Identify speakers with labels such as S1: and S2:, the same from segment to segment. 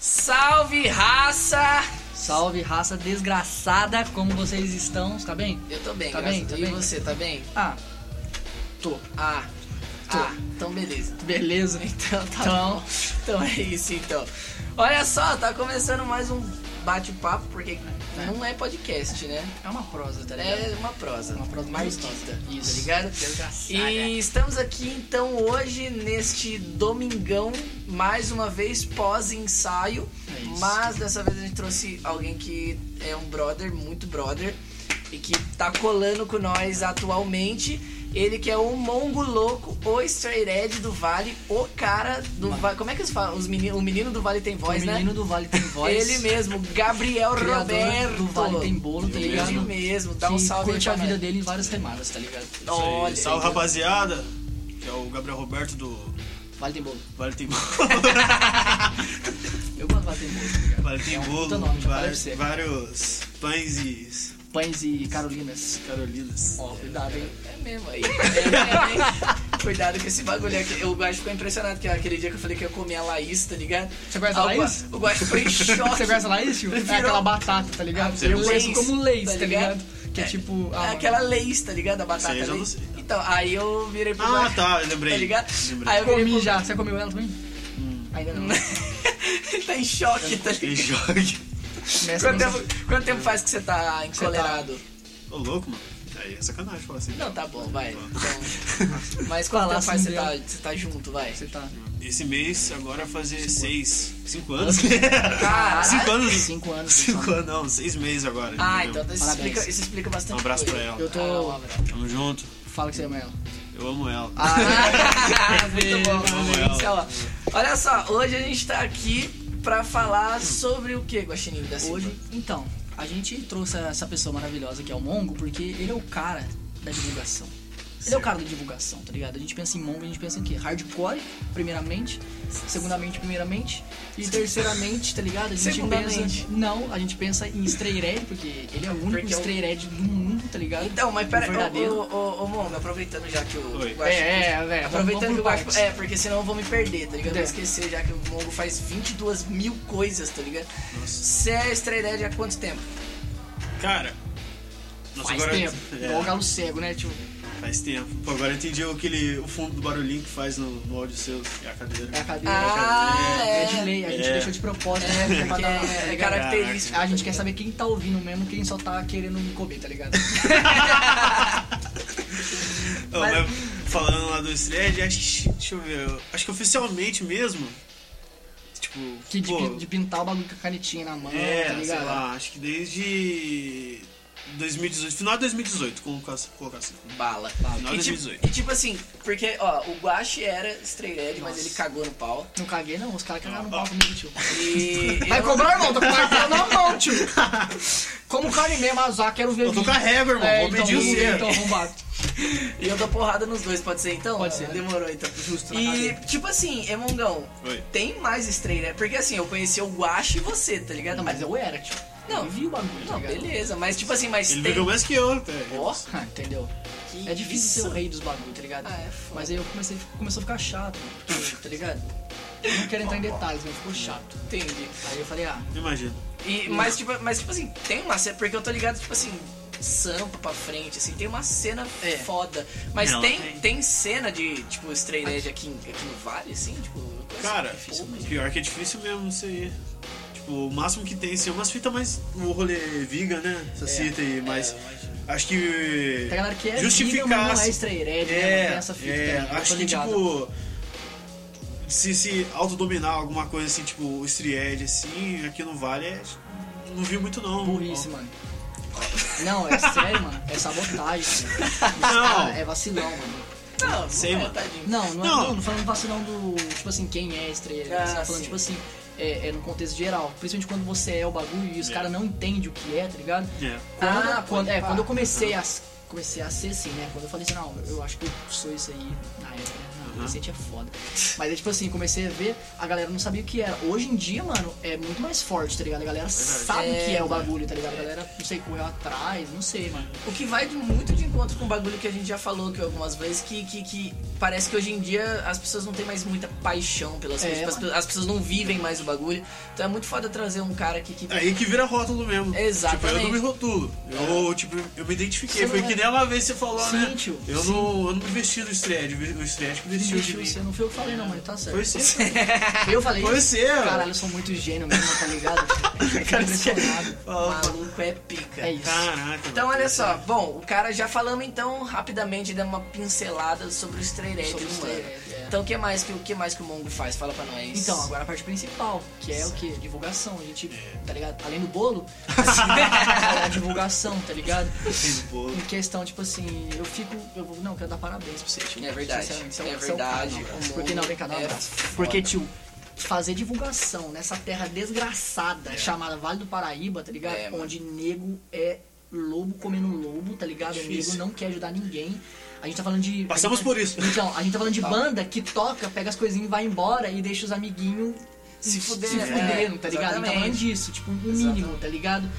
S1: Salve raça!
S2: Salve, raça desgraçada, como vocês estão? Tá bem?
S1: Eu tô bem,
S2: Tá
S1: graças
S2: bem,
S1: a
S2: tá
S1: Deus. E
S2: bem?
S1: você, tá bem?
S2: Ah, tô.
S1: Ah,
S2: Tô.
S1: ah, então beleza.
S2: Beleza.
S1: Então tá
S2: Então.
S1: bom. Então é isso então. Olha só, tá começando mais um bate-papo, porque
S2: É.
S1: não é podcast, né?
S2: É uma prosa, tá ligado?
S1: É uma prosa.
S2: Uma prosa
S1: marquita,
S2: gostosa.
S1: tá
S2: Isso.
S1: ligado?
S2: Desgraçada.
S1: E estamos aqui então hoje neste domingão, mais uma vez pós-ensaio.
S2: É isso.
S1: mas dessa vez a gente trouxe alguém que é um brother, muito brother, e que tá colando com nós atualmente. Ele que é o Mongo Louco, o Straight Edge do Vale, o cara do Vale. Como é que eles falam? Os meni- o menino do Vale tem voz,
S2: o
S1: né?
S2: um menino do Vale tem voz.
S1: Ele mesmo, Gabriel
S2: criador
S1: Roberto.
S2: do Vale tem bolo, tá
S1: Ele
S2: ligado?
S1: mesmo, dá um
S2: que
S1: salve aí
S2: curte
S1: pra
S2: a vida
S1: nós.
S2: dele em várias remadas, tá ligado?
S1: Ó. Olha.
S3: Olha, salve rapaziada, que é o Gabriel Roberto do
S2: Vale tem bolo.
S3: Vale Tem
S2: Eu gosto do Vale tem bolo, tá ligado?
S3: vale tem
S2: É um
S3: Bolo,
S2: puta nome, já
S3: vários,
S2: falei pra
S3: vários pães e
S2: Pães e Carolinas.
S3: carolinas.
S2: Ó, cuidado, hein?
S1: É mesmo aí. É mesmo, hein? Cuidado com esse bagulho aqui. Eu- O Guacho ficou impressionado que aquele dia que eu falei que ia comer a Laís, tá ligado?
S2: Você conhece a
S1: Ah, o Gua-
S2: Laís?
S1: O Guacho ficou em choque.
S2: Você conhece a Laís, tio?
S1: Virou-
S2: É aquela batata, tá ligado?
S3: Ah,
S2: Eu
S3: Lays,
S2: conheço como Leis,
S1: tá
S2: tá ligado? Que é
S1: É.
S2: tipo. ah,
S1: É aquela Lays, tá ligado? A batata
S3: Isso aí eu já não
S1: Lays.
S3: sei.
S1: Então, aí eu virei pro
S3: Ah,
S1: Guacho,
S3: tá, eu lembrei.
S1: Tá ligado?
S3: Lembrei.
S1: Aí
S2: eu
S1: eu virei
S2: comi
S1: pro...
S2: já. Você comeu ela também?
S1: Hum.
S2: Ainda não.
S1: Ele tá em choque, tá
S3: Ele
S1: ligado?
S3: joga.
S2: Começa
S1: Quanto tempo, quanto tempo faz que você tá encolerado?
S3: Ô louco, mano. Aí é sacanagem falar assim.
S1: Não, tá bom, vai. Então, mas quanto
S2: Falar
S1: tempo faz que você
S2: assim
S1: tá,
S2: mesmo.
S1: você tá junto, vai?
S2: Você tá.
S3: Esse mês agora vai fazer seis. Cinco anos?
S1: Caralho.
S3: cinco anos?
S2: Cinco anos.
S3: Cinco anos, não, seis meses agora.
S1: Ah,
S3: entendeu?
S1: então isso
S2: Parabéns.
S1: explica, isso explica bastante
S3: Um abraço pra
S1: coisa.
S3: ela.
S2: Eu tô.
S1: Ah, um abraço.
S3: Tamo junto.
S2: Fala que você ama ela.
S3: Eu amo ela.
S1: Ah. Muito bom,
S3: Manuel.
S1: Manuel. Olha, Olha só, hoje a gente tá aqui pra falar sobre o que, Guaxininho da Silva?
S2: Hoje, então, a gente trouxe essa pessoa maravilhosa que é o Mongo, porque ele é o cara da divulgação. Ele é o cara da divulgação, tá ligado? A gente pensa em Mongo, a gente pensa em quê? Hardcore, primeiramente. Segundamente, primeiramente. E terceiramente, tá ligado? A gente
S1: Segundamente.
S2: pensa. Não, a gente pensa em Strayred, porque ele é o único
S1: Porque é o-
S2: Strayred do mundo, tá ligado?
S1: Então, mas pera,
S2: O verdadeiro.
S1: ô, ô, ô, ô, Mongo, aproveitando já que o
S3: Oi. É,
S1: Guaxi-
S2: É, velho.
S1: Aproveitando que o Guaxi...
S2: é.
S1: É, porque senão eu vou me perder, tá ligado? Eu vou
S2: Entendeu?
S1: esquecer já que o Mongo faz 22 mil coisas, tá ligado?
S3: Nossa.
S1: Você é estreia há quanto tempo?
S3: Cara. Nossa,
S2: Faz
S3: agora.
S2: tempo.
S3: É.
S2: Igual o galo cego, né? Tipo,
S3: Faz tempo. Pô, agora eu entendi aquele, o fundo do barulhinho que faz no, no áudio seu. É a cadeira.
S2: é a cadeira.
S3: Ah,
S2: É de lei, a gente
S3: É.
S2: deixou de propósito,
S1: É,
S2: né? Pra
S1: porque
S2: dar- tá
S1: é
S2: ligado?
S1: característico.
S2: A gente quer saber quem tá ouvindo mesmo, quem só tá querendo me comer, tá ligado? é.
S3: Ô,
S1: Mas-
S3: mas falando lá do Thread, acho que. Deixa eu ver. eu- Acho que oficialmente mesmo. Tipo.
S2: Que de,
S3: pô,
S2: pin- de pintar o bagulho com a canetinha na mão,
S3: É,
S2: tá
S3: sei
S2: ligado?
S3: lá, acho que desde. 2018, final de 2018, colocar assim. Colocar assim.
S1: Bala.
S3: Final
S1: E
S3: de
S1: tipo,
S3: 2018.
S1: e tipo assim, porque, ó, o Guaxi era estreia mas
S2: Nossa.
S1: ele cagou no pau.
S2: Não caguei não, os caras cagaram no
S3: Ó.
S2: pau comigo, tio.
S1: E.
S2: Vai
S1: eu-
S2: cobrar, irmão, tô com o martelo na mão, tio. Como carne mesmo, azar, quero ver.
S3: Eu tô
S2: vídeo.
S3: com a régua, irmão,
S2: É,
S3: vou
S2: então,
S3: medir o
S2: vamos ver,
S3: seu.
S2: então, vamos bater.
S1: E eu dou porrada nos dois, pode ser então?
S2: Pode ser.
S1: Demorou então.
S2: Justo, na
S1: E,
S2: cadeira.
S1: tipo assim, Emongão,
S3: Oi.
S1: tem mais estreia, né? Porque assim, eu conheci o Guache e você, tá ligado?
S2: Não, mas eu era, tio.
S1: Não.
S2: Eu vi o bagulho,
S1: Não,
S2: tá ligado?
S1: beleza, mas tipo assim, mas
S3: Ele
S1: tem.
S3: viveu mais que eu, até.
S1: Ó,
S2: Ah, entendeu?
S1: que
S2: É difícil ser o
S1: isso.
S2: rei dos bagulho, tá ligado?
S1: Ah, é foda.
S2: Mas aí eu comecei, começou a ficar chato, porque, tá ligado? Eu não quero entrar em detalhes, mas ficou chato.
S1: Entendi.
S2: Aí eu falei, ah,
S3: Imagina.
S1: E, mas, tipo, mas, tipo assim, tem uma cena. Porque eu tô ligado, tipo assim, sampa pra frente, assim, tem uma cena
S2: É.
S1: foda. Mas
S3: Não,
S1: tem, tem.
S3: tem.
S1: cena de, tipo, Stray Edge aqui, em- aqui no Vale, assim, tipo. eu conheço
S3: Cara,
S1: pouco.
S3: pior que é difícil mesmo isso aí. Tipo, o máximo que tem, assim, é umas fitas mais. O rolê viga, né? Essas
S1: É,
S3: fitas aí, mas.
S1: é, eu imagino.
S3: Acho que.
S2: tem galera que é
S3: justificasse.
S2: Liga, mas não é estreirede, né? Não tem essa fita.
S3: é,
S2: tá ligado?
S3: acho
S2: Eu tô
S3: que
S2: ligado.
S3: tipo. Se, se autodominar alguma coisa assim, tipo o Stried, assim, aqui no Vale, é- não vi muito não.
S2: Burrice, né? mano. Não, é sério, mano. É sabotagem. mano.
S3: Não,
S2: Cara, é vacilão, mano.
S1: Não, não
S3: Sei,
S1: é,
S3: mano.
S1: tadinho.
S2: Não, não, é,
S3: Não.
S2: não, não falando vacilão do. Tipo assim, quem é estreia.
S1: Ah,
S2: falando,
S1: sim.
S2: tipo assim, é, é no contexto geral. Principalmente quando você é o bagulho e os
S3: É.
S2: caras não entendem o que é, tá ligado?
S3: é.
S2: Quando,
S1: Ah,
S2: quando,
S1: pode
S2: é,
S1: pá.
S2: quando eu comecei a, comecei a ser assim, né? Quando eu falei assim, não, eu acho que eu sou isso aí na época, né? Cacete é foda. Mas é tipo assim, comecei a ver, a galera não sabia o que era. Hoje em dia, mano, é muito mais forte, tá ligado? A galera sabe o que é o bagulho, tá ligado? A galera, não sei, correu atrás, não sei, mano.
S1: O que vai de- muito de encontro com o bagulho que a gente já falou aqui algumas vezes, que, que, que parece que hoje em dia as pessoas não têm mais muita paixão pelas
S2: É,
S1: coisas, tipo, as
S2: mano.
S1: pe- as, pessoas não vivem mais o bagulho. Então é muito foda trazer um cara aqui que.
S3: Aí que vira rótulo mesmo.
S1: Exatamente.
S3: Tipo, eu não me rotulo. Eu, tipo, eu me identifiquei.
S2: É. Você
S3: Foi
S2: não
S3: que
S2: é-
S3: nem uma vez você falou,
S2: Sim,
S3: né?
S2: tio,
S3: Eu
S2: sim.
S3: não, eu não me vesti do Stred, o Stred que vestiu de
S2: Investiu, você
S3: mim.
S2: não foi eu que falei, não, mano, tá certo.
S3: Foi você.
S2: Eu falei.
S3: Foi você, mano.
S2: Caralho, eu sou muito gênio mesmo, tá ligado? Fico impressionado.
S1: Maluco é pica.
S2: É isso.
S3: Caraca.
S1: Então
S3: mano.
S1: olha só, bom, o cara já falamos então rapidamente dando uma pincelada sobre o Stray Red
S2: Sobre o
S1: humano.
S2: Stray Red, é.
S1: Então o que mais que o que mais que o Mongo faz? Fala pra nós.
S2: Então, agora a parte principal, que é o que? Divulgação. A gente, tá ligado? Além do bolo, a divulgação, tá ligado?
S3: Fiz bolo.
S2: Em questão, tipo assim, eu fico. Eu vou, não, quero dar parabéns pra você, tio.
S1: É verdade,
S2: Sinceramente,
S1: é
S2: você um cara,
S1: verdade.
S2: não,
S1: O mundo
S2: Porque não, vem cá, dá um
S1: é
S2: abraço.
S1: foda.
S2: Porque, tio, fazer divulgação nessa terra desgraçada chamada Vale do Paraíba, tá ligado?
S1: É, mano.
S2: Onde nego é lobo comendo lobo, tá ligado? Nego
S3: Difícil.
S2: não quer ajudar ninguém. A gente tá falando de.
S3: Passamos
S2: a gente-
S3: por isso.
S2: Então, a gente tá falando de banda que toca, pega as coisinhas e vai embora e deixa os amiguinhos
S1: Se fuder,
S2: se
S1: é,
S2: fudendo, tá ligado? A gente tá falando
S1: exatamente.
S2: disso, tipo, o
S1: Exatamente.
S2: mínimo, tá ligado?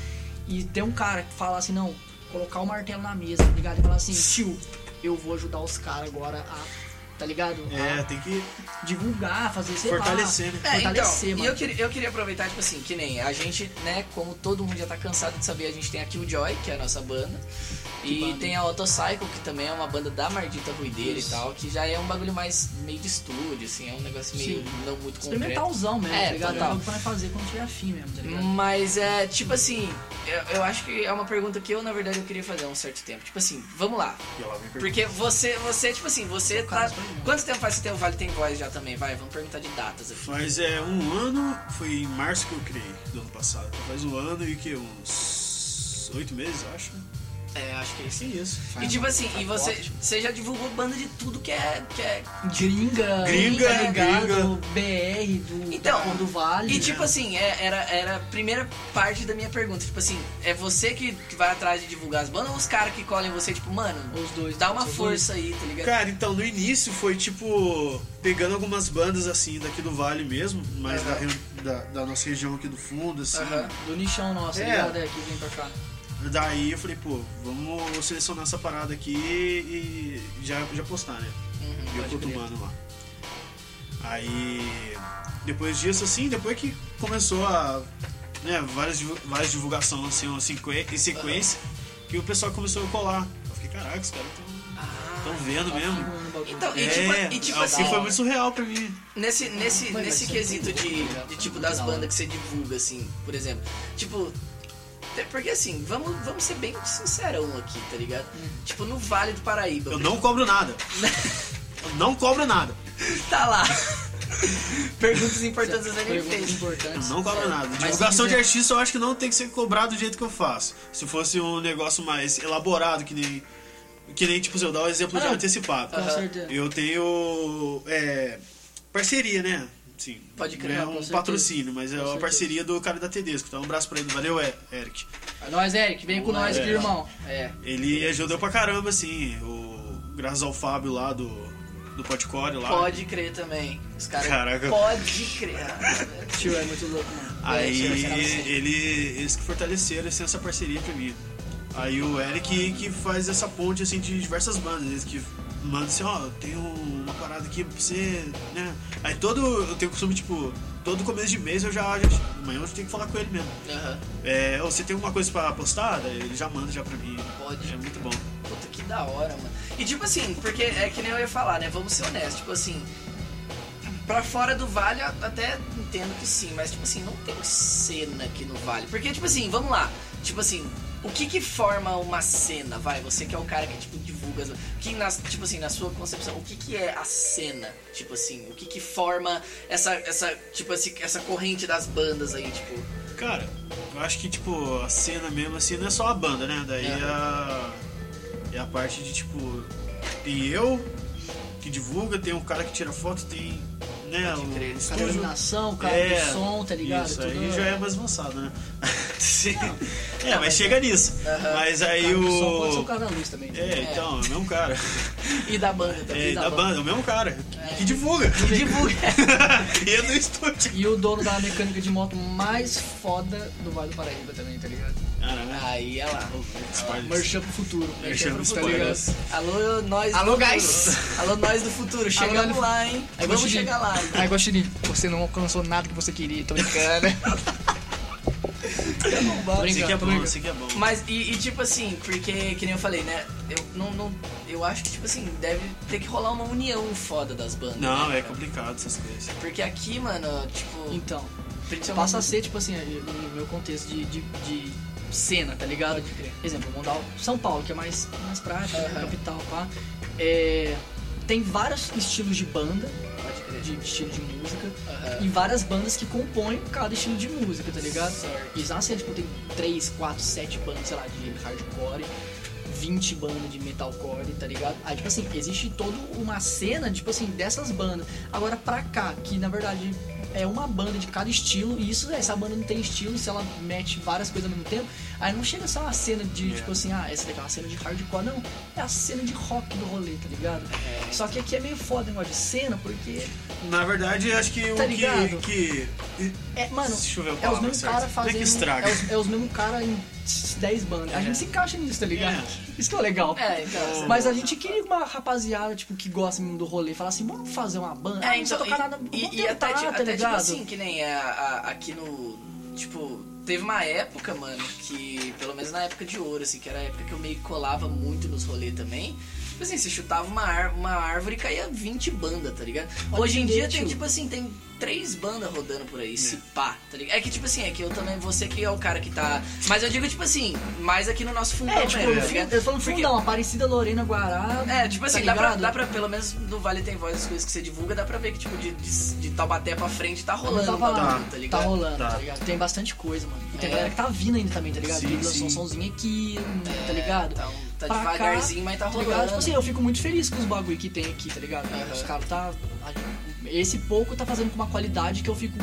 S2: E tem um cara que fala assim, não, colocar o martelo na mesa, tá ligado? E falar assim, tio, eu vou ajudar os caras agora a. Tá ligado?
S3: É, tem que.
S2: A divulgar, fazer sei lá,
S3: Fortalecer, né?
S1: É, então,
S2: Fortalecer, mano.
S1: E eu queria, eu queria aproveitar, tipo assim, que nem a gente, né, como todo mundo já tá cansado de saber, a gente tem a Killjoy, que é a nossa banda. e
S2: banda,
S1: tem a Autocycle, que também é uma banda da Mardita Ruideira
S2: Isso.
S1: e tal, que já é um bagulho mais meio de estúdio, assim, é um negócio meio
S2: Sim.
S1: não muito concreto.
S2: Experimentalzão mesmo,
S1: É,
S2: tá ligado?
S1: total.
S2: É algo pra nós fazer quando tiver afim mesmo, tá ligado?
S1: Mas é, tipo assim, eu, eu acho que é uma pergunta que eu, na verdade, eu queria fazer há um certo tempo. Tipo assim, vamos lá.
S3: E ela me perguntou.
S1: Porque você, você, tipo assim, você
S2: Sou
S1: tá.
S2: caso pra mim.
S1: Quanto tempo faz que tem o Vale Tem Voz já também? Vai, vamos perguntar de datas aqui.
S3: Faz é um ano, foi em março que eu criei do ano passado. Então Faz um ano e que? Uns oito meses, eu acho.
S1: É, acho que é isso.
S3: Que isso.
S1: E tipo assim,
S2: Tá
S1: e você,
S2: forte.
S1: você já divulgou banda de tudo que é. Que é...
S2: Gringa,
S3: Gringa,
S2: tá ligado?
S3: gringa.
S2: BR, do,
S1: Então,
S2: da- do Vale.
S1: E tipo assim, é- era, era a primeira parte da minha pergunta. Tipo assim, é você que que vai atrás de divulgar as bandas ou os caras que colhem você, tipo, mano,
S2: os dois.
S1: dá uma
S2: os dois.
S1: força aí, tá ligado?
S3: Cara, então no início foi tipo pegando algumas bandas assim daqui do Vale mesmo, mas
S1: Aham.
S3: da re- da, da nossa região aqui do fundo, assim.
S1: Aham.
S2: Do nichão nosso,
S3: É.
S2: tá ligado? É, que vem pra cá.
S3: Daí eu falei, pô, vamos selecionar essa parada aqui e já, já postar, né?
S1: Uhum,
S3: E eu
S1: pode
S3: tô
S1: crer.
S3: tomando lá. Aí depois disso assim, depois que começou a. né, várias, divu- várias divulgações assim, uma sequen- em sequência, que o pessoal começou a colar. Eu fiquei, caraca, os caras estão
S1: Ah,
S3: vendo É mesmo.
S2: Filmando Tá o bagulho.
S1: Então, e tipo,
S3: É,
S1: e tipo
S3: assim,
S1: assim,
S3: foi muito surreal pra mim.
S1: Nesse, nesse, nesse
S2: Mas vai ser
S1: quesito
S2: muito
S1: de,
S2: legal,
S1: de
S2: foi
S1: tipo
S2: muito
S1: das
S2: da
S1: bandas
S2: hora.
S1: que você divulga, assim, por exemplo. Tipo. até Porque assim, vamos, vamos ser bem sincerão aqui, tá ligado? Tipo, no Vale do Paraíba.
S3: Eu não cobro nada. Eu não cobro nada.
S1: Tá lá. Perguntas importantes
S2: Perguntas
S1: da gente fez.
S3: É. Eu
S2: importantes.
S3: não cobro nada.
S2: mas
S3: Divulgação
S2: se
S3: de
S2: quiser-
S3: artista eu acho que não tem que ser cobrado do jeito que eu faço. Se fosse um negócio mais elaborado, que nem. Que nem, tipo, se eu dar o exemplo de
S2: Ah, não.
S3: antecipado.
S2: Com certeza.
S3: Eu tenho. é, parceria, né? Sim.
S1: Pode crer,
S3: Não é
S1: com
S3: um
S2: certeza.
S3: patrocínio, mas é
S2: Com
S3: uma
S2: certeza.
S3: parceria do cara da Tedesco. Então, um abraço pra ele. Valeu, é, Eric.
S2: É nóis, Eric, vem com
S1: Boa,
S2: nós aqui,
S3: Eric.
S2: irmão. É.
S3: Ele ajudou pra caramba, assim. O, graças ao Fábio lá do. Do Potcore lá.
S1: Pode crer também. Os caras.
S3: Caraca.
S1: Pode crer.
S2: Tio, é muito louco, mano.
S3: Aí
S2: É, tio, será você?
S3: ele, eles que fortaleceram assim, essa parceria pra mim. Aí o Eric que faz essa ponte assim de diversas bandas, eles que manda assim, ó, tem uma parada aqui pra você, né? Aí todo. Eu tenho o costume, tipo, todo começo de mês eu já. já amanhã eu tenho que falar com ele mesmo.
S1: Aham.
S3: É, "Ô, você tem alguma coisa pra postar? Daí ele já manda já pra mim.
S1: Pode.
S3: É muito bom.
S1: Puta, que da hora, mano. E tipo assim, porque é que nem eu ia falar, né? Vamos ser honestos, tipo assim. Pra fora do vale, eu até entendo que sim, mas tipo assim, não tem cena aqui no vale. Porque, tipo assim, vamos lá. Tipo assim, o que que forma uma cena, vai? Você que é o cara que, tipo, divulga. as- Que na, tipo assim, na sua concepção, o que que é a cena? Tipo assim, o que que forma essa, essa tipo, esse- essa corrente das bandas aí, tipo.
S3: Cara, eu acho que, tipo, a cena mesmo, assim, não é só a banda, né? Daí
S1: É.
S3: a. É a parte de, tipo, tem eu que divulga, tem um cara que tira foto, tem né?
S1: Pode crer.
S3: O
S2: Cara,
S3: estúdio.
S2: iluminação, o cara
S3: É,
S2: do som, tá ligado?
S3: Isso,
S2: Tudo-
S3: aí já é mais avançado, né? Sim. é, mas chega nisso.
S1: Aham.
S3: Mas aí
S2: Cara, o Ah, som pode ser o
S3: o.
S2: cara da luz também. né?
S3: É, então, é o mesmo cara.
S1: E da banda também.
S3: É, da banda, é o mesmo cara. Que divulga.
S2: E, divulga-
S3: e é no estúdio.
S2: e o dono da mecânica de moto mais foda do Vale do Paraíba também, tá ligado?
S3: Caralho.
S2: Aí é lá.
S3: Spoilers.
S2: Merchan pro futuro.
S3: Merchan pro
S2: tá
S3: futuro.
S2: ligado?
S1: Alô, nós
S2: Alô,
S1: do futuro.
S2: guys.
S1: Alô, nós do futuro. Chegamos
S2: nós do-
S1: lá, hein?
S2: Aí
S1: Vamos
S2: Guaxinim.
S1: chegar lá. hein?
S2: Aí Guaxinim, você não alcançou nada que você queria, tô brincando. Tô brincando,
S3: Esse aqui é
S2: Tá tô
S3: bom,
S2: brincando.
S3: esse aqui é bom.
S1: Mas, e, e tipo assim, porque, que nem eu falei, né? Eu, não, não, eu acho que, tipo assim, deve ter que rolar uma união foda das bandas.
S3: Não,
S1: né,
S3: é
S1: cara?
S3: complicado essas coisas.
S1: Porque aqui, mano,
S3: é
S1: tipo.
S2: Então,
S1: principalmente-
S2: passa a ser, tipo assim, no meu contexto de, de, de cena, tá ligado?
S1: Pode crer.
S2: Por exemplo, Mondal, São Paulo, que é mais, mais prática, né,
S1: Aham.
S2: capital, pá. É, tem vários estilos de banda,
S1: Pode crer.
S2: né, de, de estilo de música,
S1: Aham.
S2: e várias bandas que compõem cada estilo de música, tá ligado?
S1: Certo.
S2: E na cena, tipo, tem 3, 4, 7 bandas, sei lá, de hardcore, 20 bandas de metalcore, tá ligado? Aí, tipo assim, existe toda uma cena, tipo assim, dessas bandas. Agora, pra cá, que na verdade é uma banda de cada estilo, e isso, essa banda não tem estilo, se ela mete várias coisas ao mesmo tempo, aí não chega só uma cena de,
S3: Yeah.
S2: tipo assim, ah, essa daqui é uma cena de hardcore, não. É a cena de rock do rolê, tá ligado? Só que aqui é meio foda o negócio de cena, porque
S3: Na verdade, acho que
S2: Tá
S3: o
S2: ligado?
S3: que. que...
S2: É, mano,
S3: Deixa eu ver a
S2: é os
S3: palavra
S2: mesmos
S3: certa.
S2: caras
S3: Não é
S2: fazendo.
S3: que estraga.
S2: É os, é os mesmos caras em 10 bandas. A
S3: É.
S2: gente se encaixa nisso, tá ligado?
S3: É.
S2: Isso que é o legal.
S1: É, então.
S2: Mas a gente queria uma rapaziada, tipo, que gosta mesmo do rolê, falar assim, vamos fazer uma banda.
S1: É,
S2: Ah, não
S1: então,
S2: precisa
S1: e,
S2: tocar nada.
S1: e-
S2: vamos
S1: e até,
S2: tentar,
S1: ti-
S2: tá
S1: até tipo
S2: ligado?
S1: assim, que nem a, a- aqui no. Tipo, teve uma época, mano, que, pelo menos na época de ouro, assim, que era a época que eu meio que colava muito nos rolês também. Tipo assim, você chutava uma, ar- uma árvore e caía 20 bandas, tá ligado?
S2: Pode
S1: Hoje em
S2: crer,
S1: dia tem,
S2: tio.
S1: tipo assim, tem três bandas rodando por aí, se pá, tá ligado? É que, tipo assim, é que eu também, você que é o cara que tá. Mas eu digo, tipo assim, mais aqui no nosso fundão
S2: É, tipo,
S1: mesmo,
S2: eu
S1: tá
S2: fui-
S1: ligado?
S2: eu falo
S1: Porque-
S2: fundão, Aparecida Lorena Guará.
S1: é, tipo assim,
S2: tá
S1: dá, pra,
S2: ligado?
S1: dá pra, pelo menos no Vale Tem Voz, as coisas que você divulga, dá pra ver que, tipo, de, de, de Taubaté pra frente tá rolando.
S2: Tava
S1: bagulho,
S2: lá,
S1: tá
S2: tá,
S1: ligado?
S2: rolando, tá.
S3: Tá.
S2: ligado? Tem bastante coisa, mano. E tem
S1: É.
S2: galera que tá vindo ainda também, tá ligado?
S3: Sim,
S2: Sim, lançou
S3: sim.
S2: um somzinho aqui, tá ligado?
S1: Então, tá
S2: pra cá,
S1: devagarzinho, mas tá rolando.
S2: ligado? Tipo assim, eu fico muito feliz com os bagulho que tem aqui, tá ligado?
S1: Aham.
S2: Os caras tá. Esse pouco tá fazendo com uma qualidade que eu fico.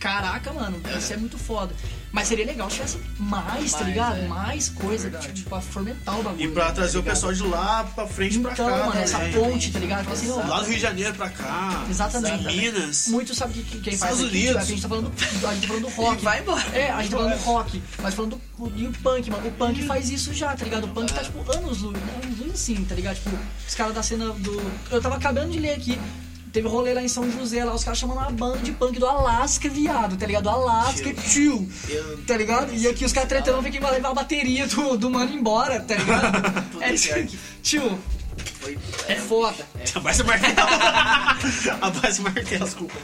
S2: Caraca, mano, isso é muito foda. Mas seria legal se tivesse mais, tá
S1: Mais,
S2: ligado?
S1: é.
S2: Mais coisa,
S3: Verdade.
S2: tipo, pra fomentar o bagulho.
S3: E pra
S2: né,
S3: trazer
S2: tá
S3: o
S2: ligado?
S3: pessoal de lá pra frente e pra
S2: Então,
S3: cá. né? É.
S2: mano,
S3: também.
S2: essa ponte, tá ligado? Tipo assim, ó,
S3: Lá do Rio de Janeiro pra cá.
S2: Exatamente.
S3: De Minas.
S2: Muito sabe que- que- quem faz
S3: Estados
S2: aqui, tipo,
S3: Unidos.
S2: a gente tá falando, a gente tá falando do rock.
S1: E vai embora. Uhum.
S2: É, a gente tá falando do rock, mas falando do e o punk, mano. O punk faz isso já, tá ligado? O punk tá tipo anos luz, anos luz assim, tá ligado? Tipo, os caras da cena do eu tava acabando de ler aqui Teve um rolê lá em São José, lá os caras chamando uma banda de punk do Alasca, viado, tá ligado? Alasca, tio,
S1: Eu-
S2: tá ligado? E aqui os caras tretando, vem que vai levar a bateria do, do mano embora, tá ligado?
S1: Puta,
S2: É,
S1: pior que
S2: tio, tio,
S1: foi.
S2: é foda.
S3: Abaixa o martelo. Abaixa o martelo. Desculpa.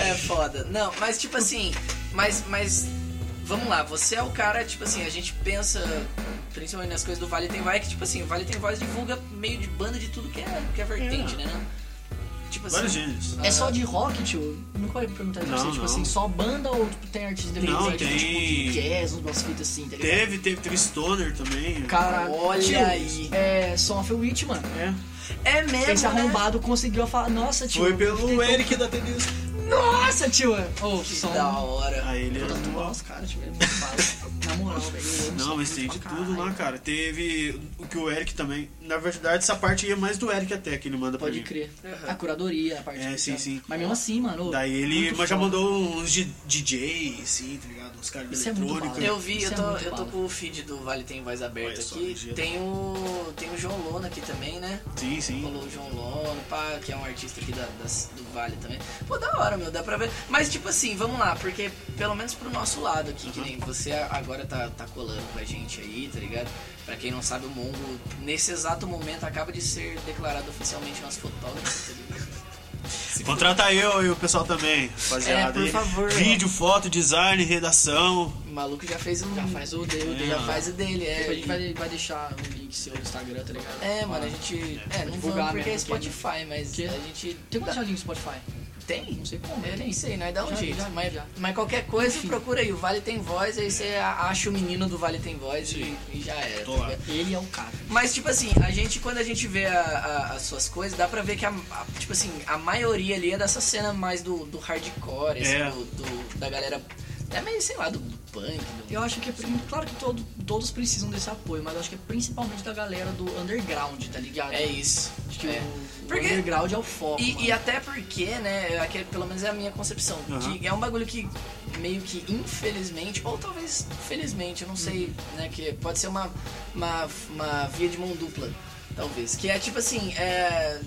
S1: É foda. Não, mas tipo assim, mas, mas vamos lá, você é o cara, tipo assim, a gente pensa principalmente nas coisas do Vale Tem Voz, que tipo assim, o Vale Tem Voz divulga meio de banda de tudo que é, que é vertente,
S3: É.
S1: né? Não? Tipo assim,
S3: Vários gênios.
S2: É só de rock, tio? Nunca vai perguntar pra
S3: Não,
S2: você, tipo
S3: não.
S2: assim, só banda ou tipo, tem artista
S3: Não,
S2: independente,
S3: tem-
S2: tipo, de jazz, umas fitas assim, tá ligado?
S3: Teve, teve, teve Stoner também.
S2: Cara,
S1: Olha
S2: tio,
S1: aí.
S2: É, Son of a Witch, mano.
S3: É.
S1: é mesmo,
S2: Esse
S1: né?
S2: arrombado conseguiu falar, nossa, tio.
S3: Foi
S2: eu
S3: pelo
S2: fiquei tão-
S3: Eric da Tenis.
S2: Nossa, tio. Ô,
S1: Que
S2: som.
S1: da hora.
S3: Aí ele era
S2: Tatuar
S3: atual.
S2: os caras, tio. é arrombado. Na moral, velho. eu amo
S3: Não,
S2: Son
S3: mas
S2: of a
S3: tem
S2: Witch
S3: de
S2: pra
S3: tudo lá,
S2: caralho.
S3: cara. Teve o que o Eric também. Na verdade, essa parte aí é mais do Eric até que ele manda pra
S2: Pode
S3: mim.
S2: crer.
S1: Aham.
S2: A curadoria, a parte.
S3: É, sim,
S2: musical.
S3: sim.
S2: Mas mesmo assim, mano.
S3: Daí ele
S2: muito
S3: mas já
S2: foda.
S3: mandou uns de- DJ, assim, tá ligado? Uns caras de
S2: Isso é muito
S3: eletrônica.
S2: bala.
S1: Eu vi,
S2: Isso
S1: eu
S2: é
S1: tô,
S2: muito
S1: eu tô
S2: bala.
S1: com o feed do Vale Tem Voz aberto
S3: Olha só,
S1: aqui.
S3: ligeiro.
S1: Tem o, tem o João Lona aqui também, né?
S3: Sim, sim.
S1: Rolou o João Lona, pá, que é um artista aqui da, das- do Vale também. Pô, da hora, meu, dá pra ver. Mas, tipo assim, vamos lá, porque pelo menos pro nosso lado aqui, que nem você agora tá, tá colando com a gente aí, tá ligado? Pra quem não sabe, o Mongo, nesse exato momento, acaba de ser declarado oficialmente nosso fotógrafo, tá ligado?
S3: Contrata eu e o pessoal também, rapaziada.
S2: É,
S1: por
S3: E
S1: favor.
S3: Vídeo, foto, design, redação.
S1: O maluco já fez um.
S2: Já Tipo, faz o dele, o dele.
S1: já faz o dele, é.
S2: Depois a gente vai, vai deixar o link seu no Instagram, tá ligado?
S1: É, mano, a gente. É, não
S2: divulgar
S1: vamos porque é
S2: mesmo, que é-
S1: Spotify, mas
S2: Que?
S1: a gente.
S2: Tem um que
S1: dá-
S2: deixar o link no Spotify.
S1: Tem?
S2: Não sei como,
S1: Eu
S2: mas
S1: nem
S2: tem.
S1: sei, nós dá um
S2: Já-
S1: jeito.
S2: já-
S1: mas,
S2: já.
S1: mas qualquer coisa,
S2: Enfim.
S1: procura aí. O Vale Tem Voz, aí você a- acha o menino do Vale Tem Voz e,
S3: Sim.
S1: e já era.
S3: Tô
S1: tá
S3: lá.
S1: ligado?
S2: Ele é o cara.
S1: Mas, tipo assim, a gente, quando a gente vê a- a- as suas coisas, dá pra ver que, a, a- tipo assim, a maioria ali é dessa cena mais do, do hardcore, assim,
S3: É.
S1: do, do- da galera, até meio, sei lá, do, do punk. do-
S2: Eu acho que, é prim- claro que todo- todos precisam desse apoio, mas eu acho que é principalmente da galera do underground, tá ligado?
S1: É isso.
S2: Acho que
S1: é.
S2: o, o
S1: Porque-
S2: underground é o foco.
S1: E,
S2: mano.
S1: e até porque, né, aqui, pelo menos é a minha concepção,
S3: Aham.
S1: que é um bagulho que meio que infelizmente, ou talvez felizmente, eu não sei,
S2: Uhum.
S1: né, que pode ser uma, uma, uma via de mão dupla, talvez. Que é tipo assim, é,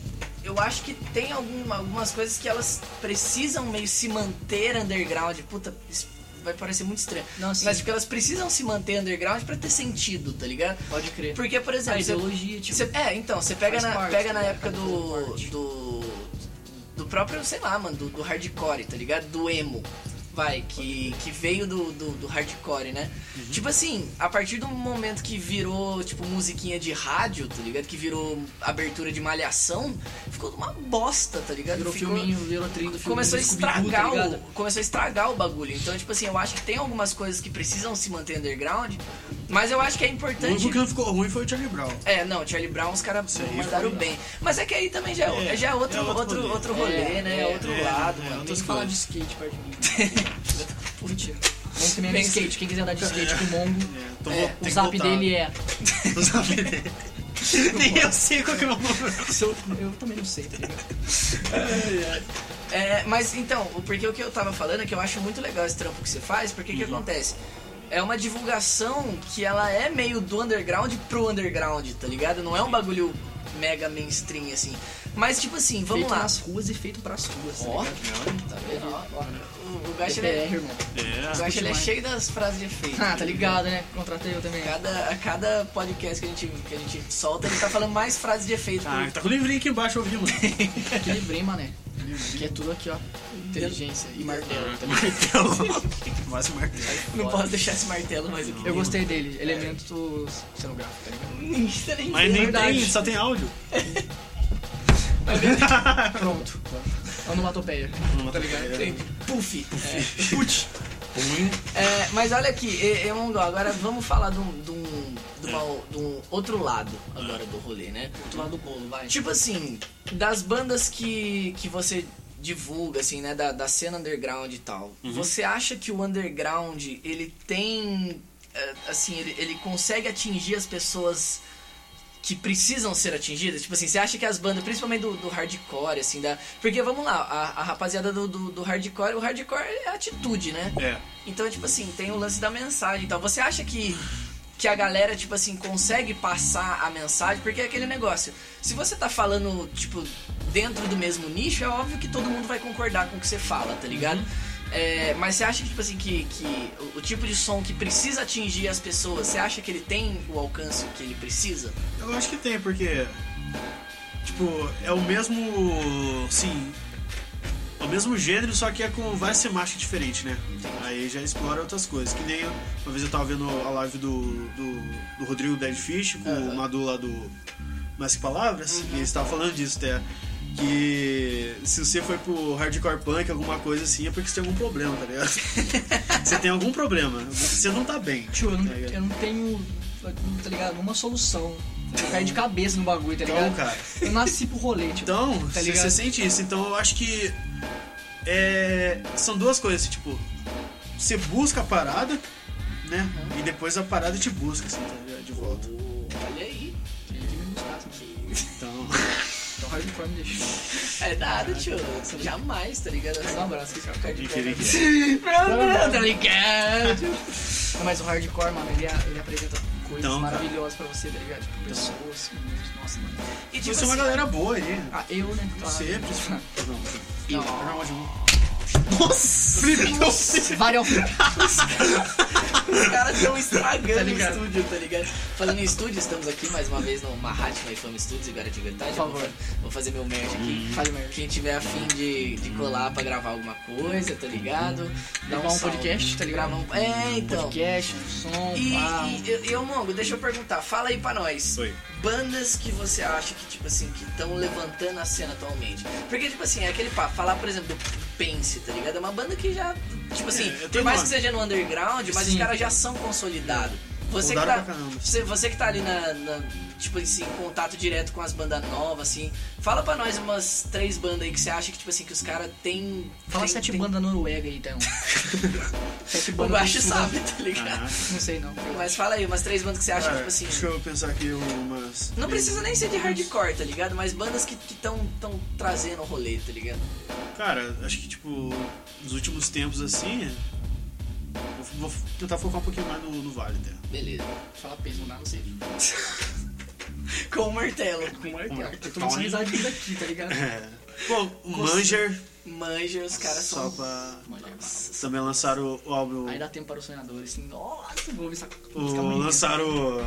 S1: eu acho que tem algum, algumas coisas que elas precisam meio se manter underground. Puta, isso vai parecer muito estranho.
S2: Não, assim,
S1: Mas porque elas precisam se manter underground pra ter sentido, tá ligado?
S2: pode crer.
S1: Porque, por
S2: a
S1: exemplo, você-
S2: ideologia, tipo,
S1: Cê- é, então, você pega,
S2: Faz
S1: na,
S2: parte,
S1: pega na
S2: né?
S1: época
S2: Faz
S1: do,
S2: parte.
S1: do. Do próprio, sei lá, mano, do, do hardcore, tá ligado? Do emo. Vai, que, que veio do, do, do hardcore, né?
S2: Uhum.
S1: Tipo assim, a partir do momento que virou, tipo, musiquinha de rádio, tá ligado? Que virou abertura de malhação, ficou uma bosta, tá ligado?
S2: virou
S1: Ficou-
S2: filminho, virou trilho do filme.
S1: começou a
S2: do Scooby-Doo,
S1: estragar
S2: tá
S1: o,
S2: ligado?
S1: começou a estragar o bagulho. Então, tipo assim, eu acho que tem algumas coisas que precisam se manter underground, mas eu acho que é
S3: O
S1: importante.
S3: único que não ficou ruim foi o Charlie Brown.
S1: É, não, Charlie Brown os caras
S3: Isso aí
S1: mandaram
S3: foi-
S1: bem. Mas é que aí também já é,
S3: É,
S1: já é outro,
S3: é
S1: outro,
S3: outro
S1: outro rolê,
S3: rolê.
S2: É,
S1: né?
S2: é,
S1: outro
S3: é,
S1: lado, mano.
S3: é,
S2: Tem que
S3: Outras
S2: falar
S3: coisas.
S2: de skate perto de mim. Mentira. Vamos também andar de
S1: Pensa-
S2: skate. Quem quiser andar de skate com o Mongo,
S3: É, então
S1: É,
S3: vou-
S2: o
S3: tem que
S2: zap
S3: voltar.
S2: dele é.
S3: O zap dele. Nem eu sei qual que é o nome.
S2: Se Eu, eu também não sei, tá ligado?
S1: É, mas então, o- porque o que eu tava falando é que eu acho muito legal esse trampo que você faz, porque o que
S3: Uhum.
S1: acontece? É uma divulgação que ela é meio do underground pro underground, tá ligado? Não é um bagulho mega mainstream, assim. Mas, tipo assim, vamos
S2: feito
S1: lá.
S2: nas ruas e feito pras ruas. tá
S1: Ó,
S2: ligado?
S1: tá vendo? Ó, ó. O, o Gacha, ele é,
S2: BPR, irmão.
S1: o
S3: É.
S1: Gacha, ele é
S2: demais.
S1: cheio das frases de efeito.
S2: Ah, tá ligado, né? Contratei eu também.
S1: Cada, a cada podcast que a, gente, que a gente solta, ele tá falando mais frases de efeito.
S3: Ah, tá com o livrinho aqui embaixo, eu vi, mano.
S2: Equilibrei, mané. Que é tudo aqui, ó. Inteligência e martelo. tá ligado?
S3: Martelo. Mas o martelo.
S1: Não
S2: Foda.
S1: posso deixar esse martelo mais aqui.
S2: Eu gostei dele. Elemento cenográfico, tá ligado?
S1: Isso nem
S3: Mas nem
S2: Verdade.
S3: tem, só tem áudio.
S2: É. Pronto. Onomatopeia. Tá ligado?
S1: tem. Puff. É.
S3: Putz.
S1: É, mas olha aqui, e- e, Mongo, agora vamos falar de um, de um- de uma- de um outro lado agora do rolê, né?
S2: Outro lado do bolo, vai.
S1: Tipo assim, das bandas que, que você divulga, assim, né? Da, da cena underground e tal.
S2: Uhum.
S1: Você acha que o underground, ele tem... eh, Assim, ele, ele consegue atingir as pessoas que precisam ser atingidas? Tipo assim, você acha que as bandas, principalmente do, do hardcore, assim, da... Porque, vamos lá, a, a rapaziada do, do, do hardcore, o hardcore é atitude, né?
S3: É.
S1: Então, tipo assim, tem o lance da mensagem e tal. Você acha que, que a galera, tipo assim, consegue passar a mensagem? Porque é aquele negócio. Se você tá falando, tipo, dentro do mesmo nicho, é óbvio que todo mundo vai concordar com o que você fala, tá ligado? É, mas você acha que, tipo assim, que, que o, o tipo de som que precisa atingir as pessoas, você acha que ele tem o alcance que ele precisa?
S3: Eu acho que tem, porque. Tipo, é o mesmo. Sim. É o mesmo gênero, só que é com várias temáticas diferentes, né? Aí já explora outras coisas. Que nem eu- uma vez eu tava vendo a live do, do, do Rodrigo Dead Fish com o Madu lá do Mais Que Palavras, e eles estavam falando disso até. Que se você foi pro hardcore punk, alguma coisa assim, é porque você tem algum problema, tá ligado? você tem algum problema, você não tá bem.
S2: Tio, eu não,
S3: tá ligado?
S2: eu não tenho, tá ligado? Uma solução. Eu caí de cabeça no bagulho, tá
S3: Então,
S2: ligado?
S3: cara.
S2: Eu nasci pro rolê, tipo.
S3: Então,
S2: Tá
S3: você
S2: ligado?
S3: você sente isso. Então eu acho que é, são duas coisas, assim, tipo, você busca a parada, né? E depois a parada te busca, assim, tá ligado? De volta.
S1: Uhum. Olha aí.
S2: Ele que me buscar, assim.
S3: Então,
S2: Então, hardcore me deixou.
S1: É nada, tio. Jamais, tá ligado?
S2: Dá um abraço aqui, cara.
S3: tem que ver que
S1: Tá ligado?
S2: Não, mas o hardcore, mano, ele, ele apresenta coisas
S3: Então, cara.
S2: maravilhosas pra você, tá ligado? Tipo, pessoas, meninos, nossa, mano.
S1: E,
S3: Você é uma
S1: assim,
S3: galera boa aí.
S2: Ah, eu, né? Claro.
S3: Você, é, principalmente. Não,
S2: Não.
S3: não, não, não. Nossa! Felipe, não sei.
S2: Varial Flip.
S1: Os caras estão
S2: Tá
S1: estragando o
S2: ligado?
S1: estúdio, tá ligado? Falando em estúdio, estamos aqui mais uma vez no Mahatma e Fama Studios, Guaratinguetá. Já vou
S2: Por favor. Uhum.
S1: fa- Vou fazer meu merch aqui.
S2: Faz merda.
S1: Quem tiver afim de, de colar pra gravar alguma coisa, tá ligado? Dá
S2: Gravar um podcast, tá ligado?
S1: Gravar um... É, então.
S2: Podcast, um som,
S1: E,
S2: pá.
S1: e, e, eu, Mongo, deixa eu perguntar, fala aí pra nós.
S4: Oi.
S1: Bandas que você acha que, tipo assim, que estão levantando a cena atualmente. Porque, tipo assim, é aquele papo, falar, por exemplo, do Pense, tá ligado? É uma banda que já, tipo assim,
S3: É, eu tenho
S1: por mais que
S3: nome.
S1: seja no underground, mas os
S2: Sim.
S1: caras já são consolidados. Você que,
S3: Mudaram
S1: tá,
S3: pra caramba.
S1: você, você que tá ali na, na- tipo assim, em contato direto com as bandas novas, assim, fala pra nós umas três bandas aí que você acha que, tipo assim, que os caras têm.
S2: Fala
S1: têm-
S2: sete
S1: têm-
S2: bandas noruega aí, então. sete
S1: O
S2: bandas.
S1: Guache
S2: do sul.
S1: sabe, tá ligado?
S2: Não sei não.
S1: Mas fala aí, umas três bandas que você acha,
S3: Cara,
S1: tipo assim.
S3: Deixa eu pensar aqui umas.
S1: Não precisa nem ser de hardcore, tá ligado? Mas bandas que estão tão trazendo o rolê, tá ligado?
S3: Cara, acho que tipo, nos últimos tempos assim. Vou, vou tentar focar um pouquinho mais no, no Vale né? até.
S1: Beleza.
S2: Fala peso, não sei.
S1: Com o martelo.
S2: Como é que é? Eu tô
S3: Tony.
S2: desrisado disso aqui, tá ligado?
S3: É. Bom, o Manger,
S1: Manja, os caras
S3: só
S1: são.
S3: pra.
S2: Mano, é massa.
S3: Também lançaram o álbum.
S2: Aí dá tempo para os sonhadores, assim, nossa, vou ouvir essa
S3: O,
S2: música amanhã.
S3: lançaram o,